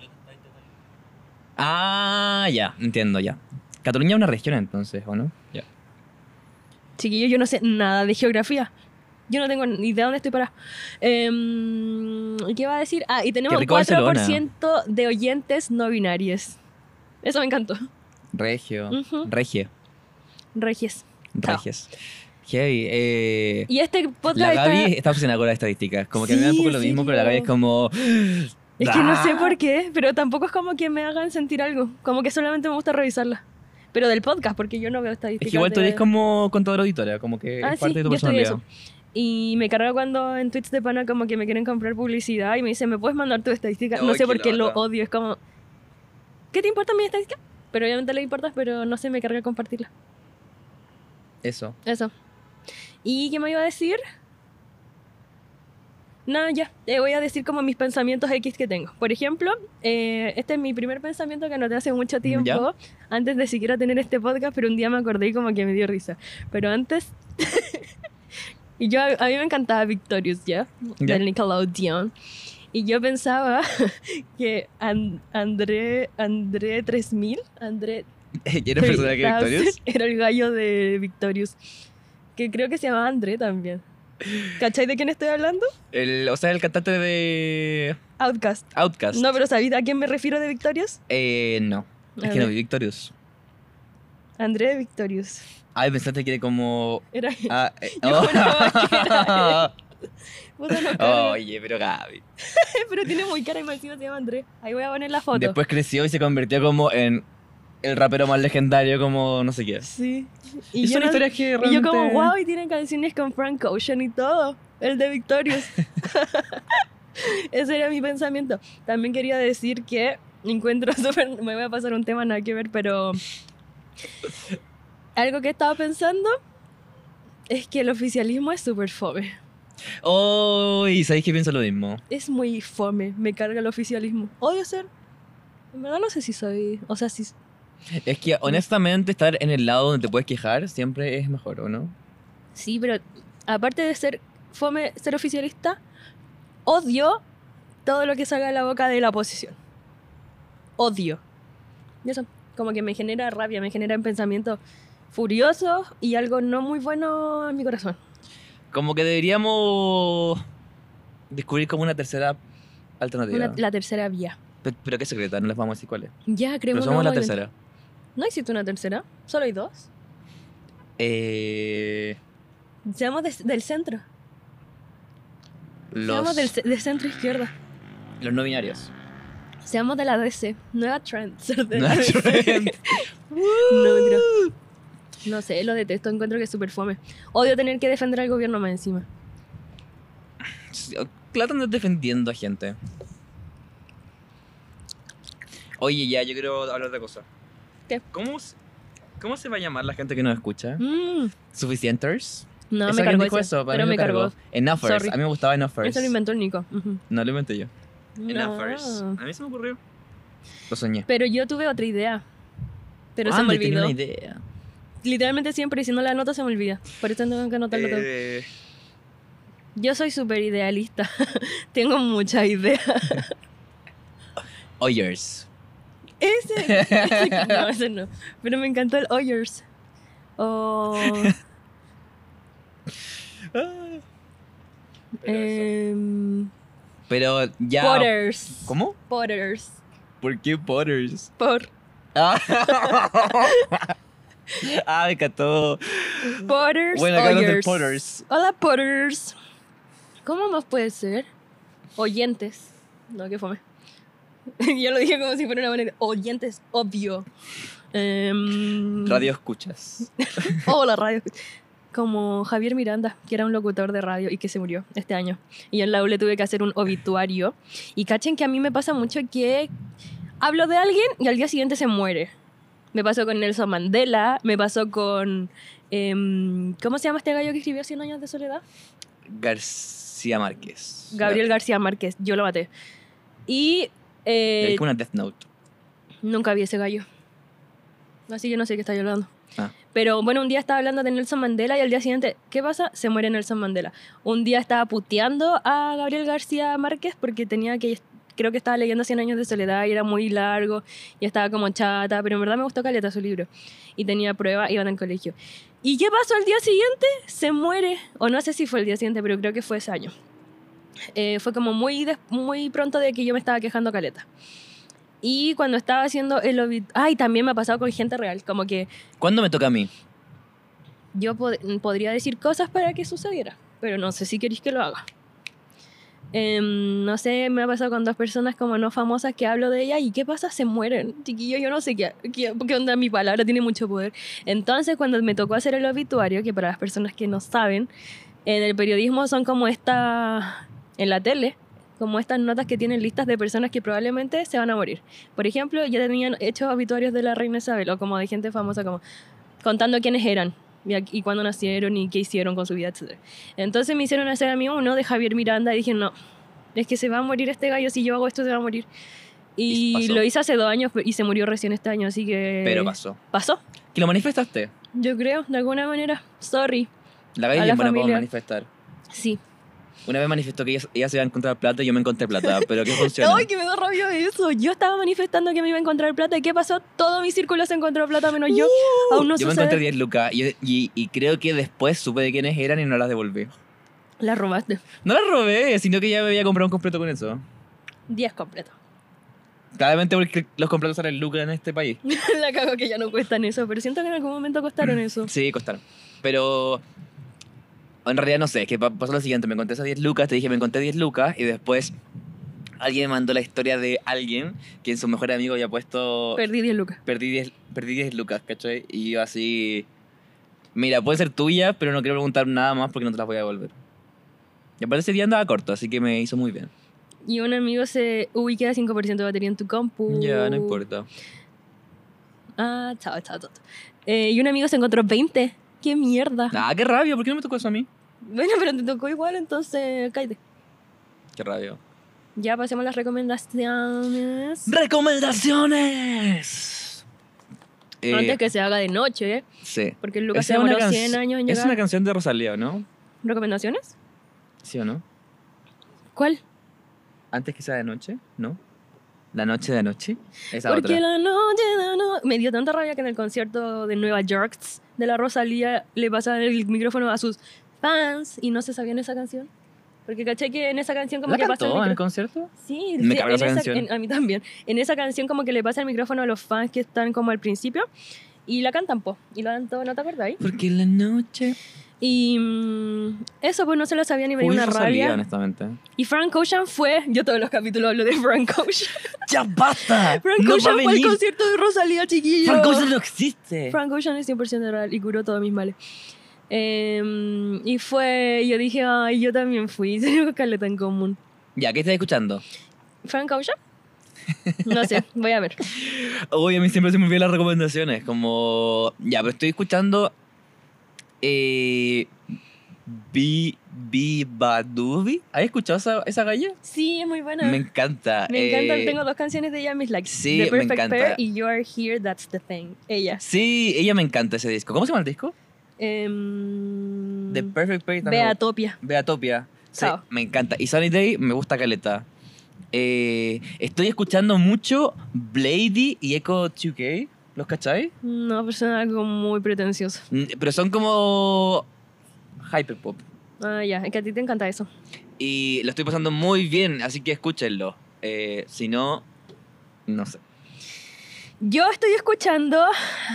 Speaker 1: Ah, ya, entiendo, ya. Cataluña es una región entonces, ¿o no? Ya.
Speaker 2: Chiquillos, yo no sé nada de geografía. Yo no tengo ni idea dónde estoy para. ¿Qué va a decir? Ah, y tenemos
Speaker 1: Qué rico
Speaker 2: 4%
Speaker 1: Barcelona.
Speaker 2: de oyentes no binarios. Eso me encantó.
Speaker 1: Regio.
Speaker 2: Ujú.
Speaker 1: Regio.
Speaker 2: Regies. Chao.
Speaker 1: Regios. Heavy. Eh,
Speaker 2: Y este podcast
Speaker 1: la
Speaker 2: está-
Speaker 1: Gaby está... obsesionada con las estadísticas. Como que me da
Speaker 2: Sí,
Speaker 1: un poco
Speaker 2: en
Speaker 1: lo mismo, pero la
Speaker 2: serio.
Speaker 1: Gaby es como.
Speaker 2: Es que no sé
Speaker 1: ¡Ah!
Speaker 2: por qué, pero tampoco es como que me hagan sentir algo. Como que solamente me gusta revisarla. Pero del podcast, porque yo no veo estadísticas.
Speaker 1: Es que igual tú
Speaker 2: de-
Speaker 1: eres como contadora auditora, como que
Speaker 2: Ah,
Speaker 1: es parte
Speaker 2: sí,
Speaker 1: de tu
Speaker 2: yo estudié
Speaker 1: personalidad.
Speaker 2: Y me carga cuando en tweets de pana como que me quieren comprar publicidad y me dicen, ¿me puedes mandar tu estadística? No
Speaker 1: Ay,
Speaker 2: sé
Speaker 1: qué
Speaker 2: por qué lo
Speaker 1: lata.
Speaker 2: odio. Es como, ¿qué te importa mi estadística? Pero obviamente le importa, pero no sé, me carga compartirla.
Speaker 1: Eso.
Speaker 2: Eso. ¿Y qué me iba a decir? No, ya, te voy a decir como mis pensamientos X que tengo. Por ejemplo, eh, este es mi primer pensamiento que anoté hace mucho tiempo,
Speaker 1: Ya.
Speaker 2: antes de siquiera tener este podcast, pero un día me acordé y como que me dio risa. Pero antes, y yo, a mí me encantaba Victorious, ¿ya?
Speaker 1: Ya.
Speaker 2: Del Nickelodeon. Y yo pensaba que An- André, André 3000, André
Speaker 1: ¿Quieres
Speaker 2: Sí,
Speaker 1: personaje
Speaker 2: Tabs
Speaker 1: Victorious?
Speaker 2: Era el gallo de Victorious. Que creo que se llamaba André también. ¿Cachai de quién estoy hablando?
Speaker 1: El, o sea, el cantante de
Speaker 2: Outcast.
Speaker 1: Outcast.
Speaker 2: No, pero ¿sabéis a quién me refiero de Victorious?
Speaker 1: Eh, no.
Speaker 2: A
Speaker 1: Es que no
Speaker 2: ver.
Speaker 1: vi Victorious.
Speaker 2: André de Victorious.
Speaker 1: Ay, pensaste que era como.
Speaker 2: Era.
Speaker 1: Ah, eh,
Speaker 2: Yo
Speaker 1: oh.
Speaker 2: juraba que era Puta, no creo.
Speaker 1: Oye, pero Gaby.
Speaker 2: Pero tiene muy cara y más encima se llama André. Ahí voy a poner la foto.
Speaker 1: Después creció y se convirtió como en el rapero más legendario, como no sé qué.
Speaker 2: Sí.
Speaker 1: Y, son
Speaker 2: no-
Speaker 1: historias que
Speaker 2: y
Speaker 1: realmente.
Speaker 2: yo como, wow, y tienen canciones con Frank Ocean y todo. El de Victorious. Ese era mi pensamiento. También quería decir que encuentro súper... Me voy a pasar un tema nada que ver, pero... Algo que estaba pensando es que el oficialismo es súper fome.
Speaker 1: Oh, y sabéis que pienso lo mismo.
Speaker 2: Es muy fome. Me carga el oficialismo. Odio ser... En verdad no sé si soy... O sea, si...
Speaker 1: Es que honestamente estar en el lado donde te puedes quejar siempre es mejor, ¿o no?
Speaker 2: Sí, pero aparte de ser fome, ser oficialista, odio todo lo que salga de la boca de la oposición. Odio. Y eso, como que me genera rabia, me genera pensamientos furiosos y algo no muy bueno en mi corazón.
Speaker 1: Como que deberíamos descubrir como una tercera alternativa.
Speaker 2: Una- la tercera vía.
Speaker 1: Pe- Pero qué secreta, no les vamos a decir cuál es.
Speaker 2: Ya, creo
Speaker 1: Pero
Speaker 2: un
Speaker 1: somos la
Speaker 2: nuevo invento.
Speaker 1: tercera.
Speaker 2: ¿No existe una tercera? ¿Solo hay dos?
Speaker 1: Eh,
Speaker 2: Seamos des- del centro. Seamos
Speaker 1: los,
Speaker 2: del, ce- del centro izquierda.
Speaker 1: los no binarios.
Speaker 2: Seamos de la DC. Nueva Trend. ser de la
Speaker 1: Nueva
Speaker 2: DC.
Speaker 1: trend.
Speaker 2: no, mentira. No sé, lo detesto. Encuentro que es súper fome. Odio tener que defender al gobierno más encima.
Speaker 1: Claro, andas defendiendo a gente. Oye, ya, yo quiero hablar de cosa.
Speaker 2: ¿Qué?
Speaker 1: ¿Cómo, se- ¿Cómo se va a llamar la gente que nos escucha?
Speaker 2: Mm,
Speaker 1: ¿Suficienters?
Speaker 2: No,
Speaker 1: ¿Eso
Speaker 2: me
Speaker 1: alguien
Speaker 2: cargó
Speaker 1: dijo
Speaker 2: eso,
Speaker 1: eso? Para
Speaker 2: pero
Speaker 1: mí
Speaker 2: me cargó.
Speaker 1: Enoughers.
Speaker 2: Sorry.
Speaker 1: A mí me gustaba Enoughers.
Speaker 2: Eso lo inventó el Nico. Ujú.
Speaker 1: No, lo inventé yo. Enoughers.
Speaker 2: No.
Speaker 1: A mí se me ocurrió. Lo soñé.
Speaker 2: Pero yo tuve otra idea. Pero se
Speaker 1: Ah,
Speaker 2: me
Speaker 1: tenía una
Speaker 2: olvidó.
Speaker 1: idea.
Speaker 2: Literalmente siempre, y si no la nota se me olvida. Por eso tengo que anotarlo todo.
Speaker 1: Eh,
Speaker 2: Yo soy súper idealista. Tengo muchas ideas.
Speaker 1: Oyers.
Speaker 2: Ese, ese- no, ese no. Pero me encantó el Oyers. O.
Speaker 1: Ah. Pero eso.
Speaker 2: em,
Speaker 1: Pero ya.
Speaker 2: Potters.
Speaker 1: ¿Cómo?
Speaker 2: Potters.
Speaker 1: ¿Por qué Potters?
Speaker 2: Por,
Speaker 1: Ah, Ah, me encantó.
Speaker 2: Potters.
Speaker 1: Bueno, acá hablan de
Speaker 2: Oyers.
Speaker 1: Potters.
Speaker 2: Hola, Potters. ¿Cómo más puede ser? Oyentes. No, qué fome. Yo lo dije como si fuera una buena idea. Oyentes, obvio. Em,
Speaker 1: Radio escuchas.
Speaker 2: Oh, la radio. Como Javier Miranda, que era un locutor de radio y que se murió este año. Y yo en la U le tuve que hacer un obituario. Y cachen que a mí me pasa mucho que hablo de alguien y al día siguiente se muere. Me pasó con Nelson Mandela, me pasó con... em, ¿Cómo se llama este gallo que escribió 100 años de soledad?
Speaker 1: García Márquez.
Speaker 2: Gabriel García Márquez, yo lo maté. Y eh,
Speaker 1: Es como una Death Note.
Speaker 2: Nunca vi ese gallo. Así que no sé qué está hablando.
Speaker 1: Ah.
Speaker 2: Pero bueno, un día estaba hablando de Nelson Mandela y al día siguiente, ¿qué pasa? Se muere Nelson Mandela. Un día estaba puteando a Gabriel García Márquez porque tenía que. Creo que estaba leyendo 100 años de soledad y era muy largo y estaba como chata, pero en verdad me gustó caleta su libro. Y tenía prueba, iban al colegio. ¿Y qué pasó al día siguiente? Se muere, o no sé si fue el día siguiente, pero creo que fue ese año. Eh, fue como muy, des- muy pronto de que yo me estaba quejando caleta. Y cuando estaba haciendo el obit... Ay, también me ha pasado con gente real. Como que
Speaker 1: ¿Cuándo me toca a mí?
Speaker 2: Eh. yo pod- podría decir cosas para que sucediera. Pero no sé si queréis que lo haga. Em, no sé, me ha pasado con dos personas como no famosas que hablo de ella y qué pasa, se mueren. Chiquillo, yo no sé qué, qué, qué onda, mi palabra tiene mucho poder. Entonces, cuando me tocó hacer el obituario, que para las personas que no saben, en el periodismo son como esta, en la tele, como estas notas que tienen listas de personas que probablemente se van a morir. Por ejemplo, ya tenían hechos obituarios de la reina Isabel o como de gente famosa, como contando quiénes eran y, a- y cuándo nacieron y qué hicieron con su vida, etc. Entonces me hicieron hacer a mí uno de Javier Miranda y dije, no, es que se va a morir este gallo, si yo hago esto se va a morir.
Speaker 1: Y
Speaker 2: Y
Speaker 1: pasó.
Speaker 2: lo hice hace dos años y se murió recién este año, así que...
Speaker 1: Pero pasó.
Speaker 2: Pasó,
Speaker 1: ¿Que lo manifestaste?
Speaker 2: yo creo, de alguna manera. Sorry.
Speaker 1: La
Speaker 2: A
Speaker 1: Gaby
Speaker 2: la
Speaker 1: es buena para
Speaker 2: familia.
Speaker 1: manifestar.
Speaker 2: Sí.
Speaker 1: Una vez manifestó que ella, ella se iba a encontrar plata y yo me encontré plata, pero que funciona.
Speaker 2: ¡Ay, que me da rabia eso! Yo estaba manifestando que me iba a encontrar plata. ¿Y qué pasó? Todo mi círculo se encontró plata menos yo. Aún no
Speaker 1: Uh, yo me
Speaker 2: sucede.
Speaker 1: encontré 10 lucas y, y- y creo que después supe de quiénes eran y no las devolví.
Speaker 2: La robaste.
Speaker 1: No las robé, sino que ya me había comprado un completo con eso.
Speaker 2: 10 completos.
Speaker 1: Claramente porque los completos salen lucas en este país.
Speaker 2: La cago que ya no cuestan eso, pero siento que en algún momento costaron eso.
Speaker 1: Sí, costaron. Pero en realidad no sé, es que pa- pasó lo siguiente, me encontré esas 10 lucas, te dije me encontré 10 lucas y después alguien me mandó la historia de alguien que en su mejor amigo había puesto
Speaker 2: Perdí 10 lucas.
Speaker 1: perdí 10 perdí 10 lucas, ¿cachai? Y yo así mira, puede ser tuya, pero no quiero preguntar nada más porque no te las voy a devolver. Y aparte ese día andaba corto, así que me hizo muy bien.
Speaker 2: Y un amigo se. Uy, queda 5% de batería en tu compu.
Speaker 1: Ya, no importa.
Speaker 2: Ah, chao, chao, chao. chao. Eh, y un amigo se encontró 20. ¡Qué mierda!
Speaker 1: Ah, qué rabia, ¿por qué no me tocó eso a mí?
Speaker 2: Bueno, pero te tocó igual, entonces cállate.
Speaker 1: Qué rabia.
Speaker 2: Ya pasemos a las recomendaciones.
Speaker 1: Recomendaciones. Eh,
Speaker 2: Antes que se haga de noche, ¿eh?
Speaker 1: sí.
Speaker 2: Porque el Lucas
Speaker 1: Esa
Speaker 2: se
Speaker 1: es una
Speaker 2: demoró
Speaker 1: canc-
Speaker 2: 100 años en
Speaker 1: Es
Speaker 2: llegar.
Speaker 1: una canción de Rosalía, ¿no?
Speaker 2: ¿Recomendaciones?
Speaker 1: ¿Sí o no?
Speaker 2: ¿Cuál?
Speaker 1: Antes que sea de noche, ¿no? La noche de noche. Esa
Speaker 2: Porque
Speaker 1: otra.
Speaker 2: la noche de no... Me dio tanta rabia que en el concierto de Nueva York de la Rosalía le pasaban el micrófono a sus fans y no se sabían esa canción. Porque caché que en esa canción como
Speaker 3: ¿La
Speaker 2: que pasa el
Speaker 3: cantó en el
Speaker 2: micro-
Speaker 3: concierto?
Speaker 2: Sí,
Speaker 1: ¿eh? Me
Speaker 2: sí,
Speaker 1: carga
Speaker 2: en
Speaker 1: esa canción.
Speaker 2: en- a mí también. En esa canción como que le pasa el micrófono a los fans que están como al principio y la cantan, po. Y lo dan todo, ¿no te acordáis?
Speaker 1: Porque la noche.
Speaker 2: Y mm, eso pues no se lo sabía ni venir
Speaker 3: Uy,
Speaker 2: una
Speaker 3: eso salía,
Speaker 2: rabia.
Speaker 3: honestamente.
Speaker 2: Y Frank Ocean fue, yo todos los capítulos hablo de Frank Ocean.
Speaker 1: ¡Ya basta!
Speaker 2: Frank
Speaker 1: ¡No va a
Speaker 2: Ocean fue al
Speaker 1: venir!
Speaker 2: concierto de Rosalía, chiquillo.
Speaker 1: Frank Ocean no existe.
Speaker 2: Frank Ocean es 100% real y curó todos mis males. Em, y fue, yo dije, ay, yo también fui, tenemos caleta en común.
Speaker 1: Ya, ¿qué estás escuchando?
Speaker 2: ¿Frank Ocean? No sé, voy a ver.
Speaker 1: Uy, a mí siempre se me olvidan las recomendaciones. Como. Ya, pero estoy escuchando. Eh. Bi. Bi Badubi. ¿Has escuchado esa, esa galla?
Speaker 2: Sí, es muy buena.
Speaker 1: Me
Speaker 2: Me,
Speaker 1: encanta.
Speaker 2: encanta,
Speaker 1: eh,
Speaker 2: tengo dos canciones de ella, mis likes.
Speaker 1: sí,
Speaker 2: The
Speaker 1: me
Speaker 2: Perfect
Speaker 1: encanta.
Speaker 2: Pair y You Are Here, That's the Thing. Ellas.
Speaker 1: Sí, ella me encanta ese disco. ¿Cómo se llama el disco?
Speaker 2: Em,
Speaker 1: The Perfect Pair. también.
Speaker 2: Beatopia.
Speaker 1: Beatopia. Sí,
Speaker 2: Chao.
Speaker 1: me encanta. Y Sunny Day me gusta caleta. Eh, estoy escuchando mucho Blady y Echo 2K. ¿Los cacháis?
Speaker 2: No, pero suena algo muy pretencioso.
Speaker 1: Mm, Pero son como hyperpop.
Speaker 2: Ah, ya, es que a ti te encanta eso.
Speaker 1: Y lo estoy pasando muy bien, así que escúchenlo. Eh, si no, no sé.
Speaker 2: Yo estoy escuchando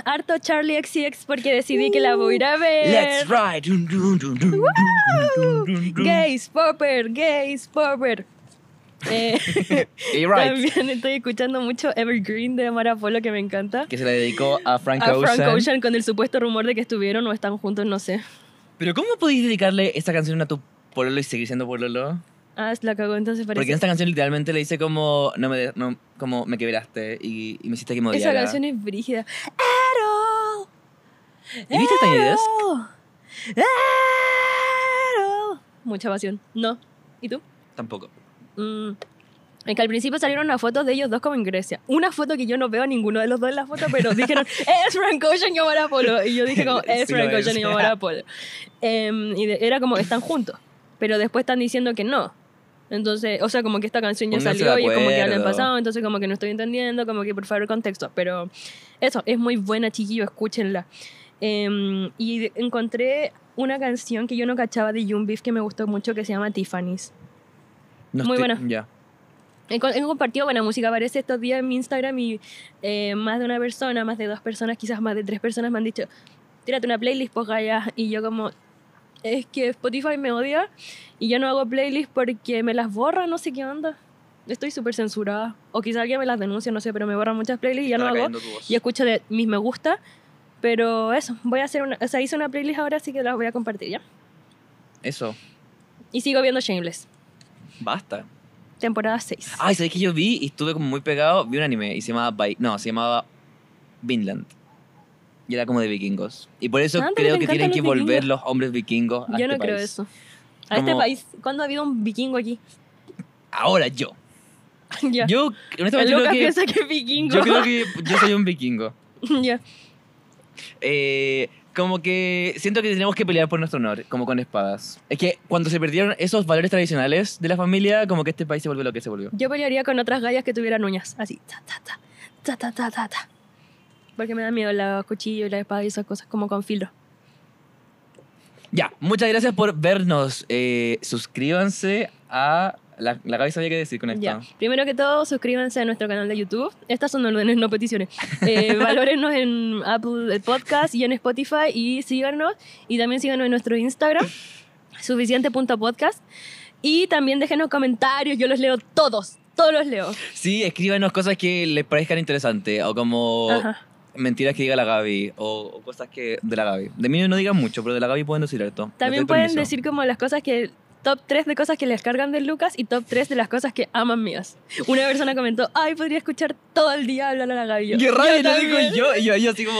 Speaker 2: harto Charlie XCX porque decidí que la voy a ir a ver.
Speaker 1: Let's ride. Dun, dun, dun, dun, dun, dun, dun, dun.
Speaker 2: Gays, Popper, Gays, Popper. Eh,
Speaker 1: Y right.
Speaker 2: También estoy escuchando mucho Evergreen de Amara Polo que me encanta.
Speaker 1: Que se la dedicó a Frank,
Speaker 2: a Frank
Speaker 1: Ocean.
Speaker 2: Ocean con el supuesto rumor de que estuvieron o están juntos, no sé.
Speaker 1: Pero ¿cómo podéis dedicarle esta canción a tu pololo y seguir siendo pololo?
Speaker 2: Ah, la cagó, entonces
Speaker 1: Porque en
Speaker 2: parece.
Speaker 1: esta canción literalmente le dice como no me de- no, como me quebraste y, y me hiciste que me
Speaker 2: Esa
Speaker 1: odiara.
Speaker 2: canción es brígida. Errol.
Speaker 1: ¿Y viste
Speaker 2: ¡Ah!
Speaker 1: Tiny Desk?
Speaker 2: Errol. Errol. Mucha pasión. No. ¿Y tú?
Speaker 1: Tampoco.
Speaker 2: Mm. Es que al principio salieron unas fotos de ellos dos como en Grecia. Una foto que yo no veo a ninguno de los dos en la foto, pero dijeron, es Frank Ocean y Omar Apollo. Y yo dije como, es
Speaker 1: Sí lo
Speaker 2: Frank
Speaker 1: es.
Speaker 2: Ocean y Omar Apollo. Em, y de- era como, están juntos. Pero después están diciendo que no. Entonces, o sea, como que esta canción ya
Speaker 1: Pónganse
Speaker 2: salió
Speaker 1: de
Speaker 2: y es como que hablan
Speaker 1: acuerdo.
Speaker 2: pasado, entonces como que no estoy entendiendo, como que por favor contexto. Pero eso, es muy buena, chiquillo, escúchenla. Em, y de- encontré una canción que yo no cachaba de Yoon Beef que me gustó mucho que se llama Tiffany's.
Speaker 1: No
Speaker 2: Muy
Speaker 1: estoy-
Speaker 2: buena.
Speaker 1: Ya.
Speaker 2: He, co- he compartido buena música, aparece estos días en mi Instagram y eh, más de una persona, más de dos personas, quizás más de tres personas me han dicho, tírate una playlist, pues gaya. Y yo como, es que Spotify me odia y yo no hago playlist porque me las borra, no sé qué onda. Estoy súper censurada. O quizás alguien me las denuncia, no sé, pero me borran muchas playlists y ya no
Speaker 1: Estaba
Speaker 2: hago.
Speaker 1: cayendo tu voz.
Speaker 2: Y escucho de mis me gusta. Pero eso, voy a hacer una, o sea, hice una playlist ahora, así que las voy a compartir ya.
Speaker 1: Eso.
Speaker 2: Y sigo viendo Shameless,
Speaker 1: Basta.
Speaker 2: temporada 6.
Speaker 1: Ay, ¿sabes que yo vi y estuve como muy pegado? Vi un anime y se llamaba Bai- No, se llamaba Vinland. Y era como de vikingos. Y por eso
Speaker 2: Ah, pero
Speaker 1: creo
Speaker 2: te
Speaker 1: que tienen
Speaker 2: encantan
Speaker 1: que
Speaker 2: los
Speaker 1: volver
Speaker 2: vikingos.
Speaker 1: los hombres vikingos a
Speaker 2: Yo
Speaker 1: este
Speaker 2: no creo
Speaker 1: país.
Speaker 2: eso. A
Speaker 1: Como-
Speaker 2: este país, ¿cuándo ha habido un vikingo aquí?
Speaker 1: Ahora yo.
Speaker 2: ya.
Speaker 1: Yo,
Speaker 2: El
Speaker 1: honestamente,
Speaker 2: Lucas
Speaker 1: creo que,
Speaker 2: piensa que es vikingo.
Speaker 1: yo creo que yo soy un vikingo.
Speaker 2: ya.
Speaker 1: Eh, como que siento que tenemos que pelear por nuestro honor, como con espadas. Es que cuando se perdieron esos valores tradicionales de la familia, como que este país se volvió lo que se volvió.
Speaker 2: Yo pelearía con otras gallas que tuvieran uñas. Así. Ta, ta, ta. Ta, ta, ta, ta, ta. Porque me da miedo los cuchillos y la espada y esas cosas como con filo.
Speaker 1: Ya, muchas gracias por vernos. Eh, suscríbanse a... La, la Gaby sabía qué decir con esto.
Speaker 2: Ya. Primero que todo, suscríbanse a nuestro canal de YouTube. Estas son órdenes, no peticiones. Eh, valórennos en Apple Podcast y en Spotify y síganos. Y también síganos en nuestro Instagram, suficiente.podcast. Y también déjenos comentarios, yo los leo todos. Todos los leo.
Speaker 1: Sí, escríbanos cosas que les parezcan interesantes o como
Speaker 2: Ajá.
Speaker 1: mentiras que diga la Gaby o, o cosas que de la Gaby. De mí no digan mucho, pero de la Gaby pueden decir esto. Les
Speaker 2: También
Speaker 1: doy
Speaker 2: pueden
Speaker 1: permiso.
Speaker 2: decir como las cosas que... Top 3 de cosas que les cargan de Lucas y top 3 de las cosas que aman mías. Una persona comentó, ay, podría escuchar todo el día hablar a la Gaby. Yo,
Speaker 1: ¡Qué rabia!
Speaker 2: yo
Speaker 1: Lo digo
Speaker 2: también.
Speaker 1: yo. Y yo, yo así como...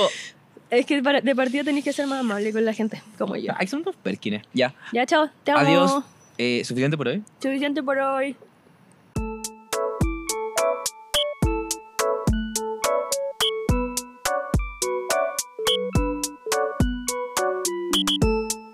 Speaker 2: Es que para- de partida tenéis que ser más amable con la gente, como yo.
Speaker 1: Ay, son dos perkines. Ya.
Speaker 2: Ya, chao. Te amo.
Speaker 1: Adiós. Eh, ¿Suficiente por hoy?
Speaker 2: Suficiente por hoy.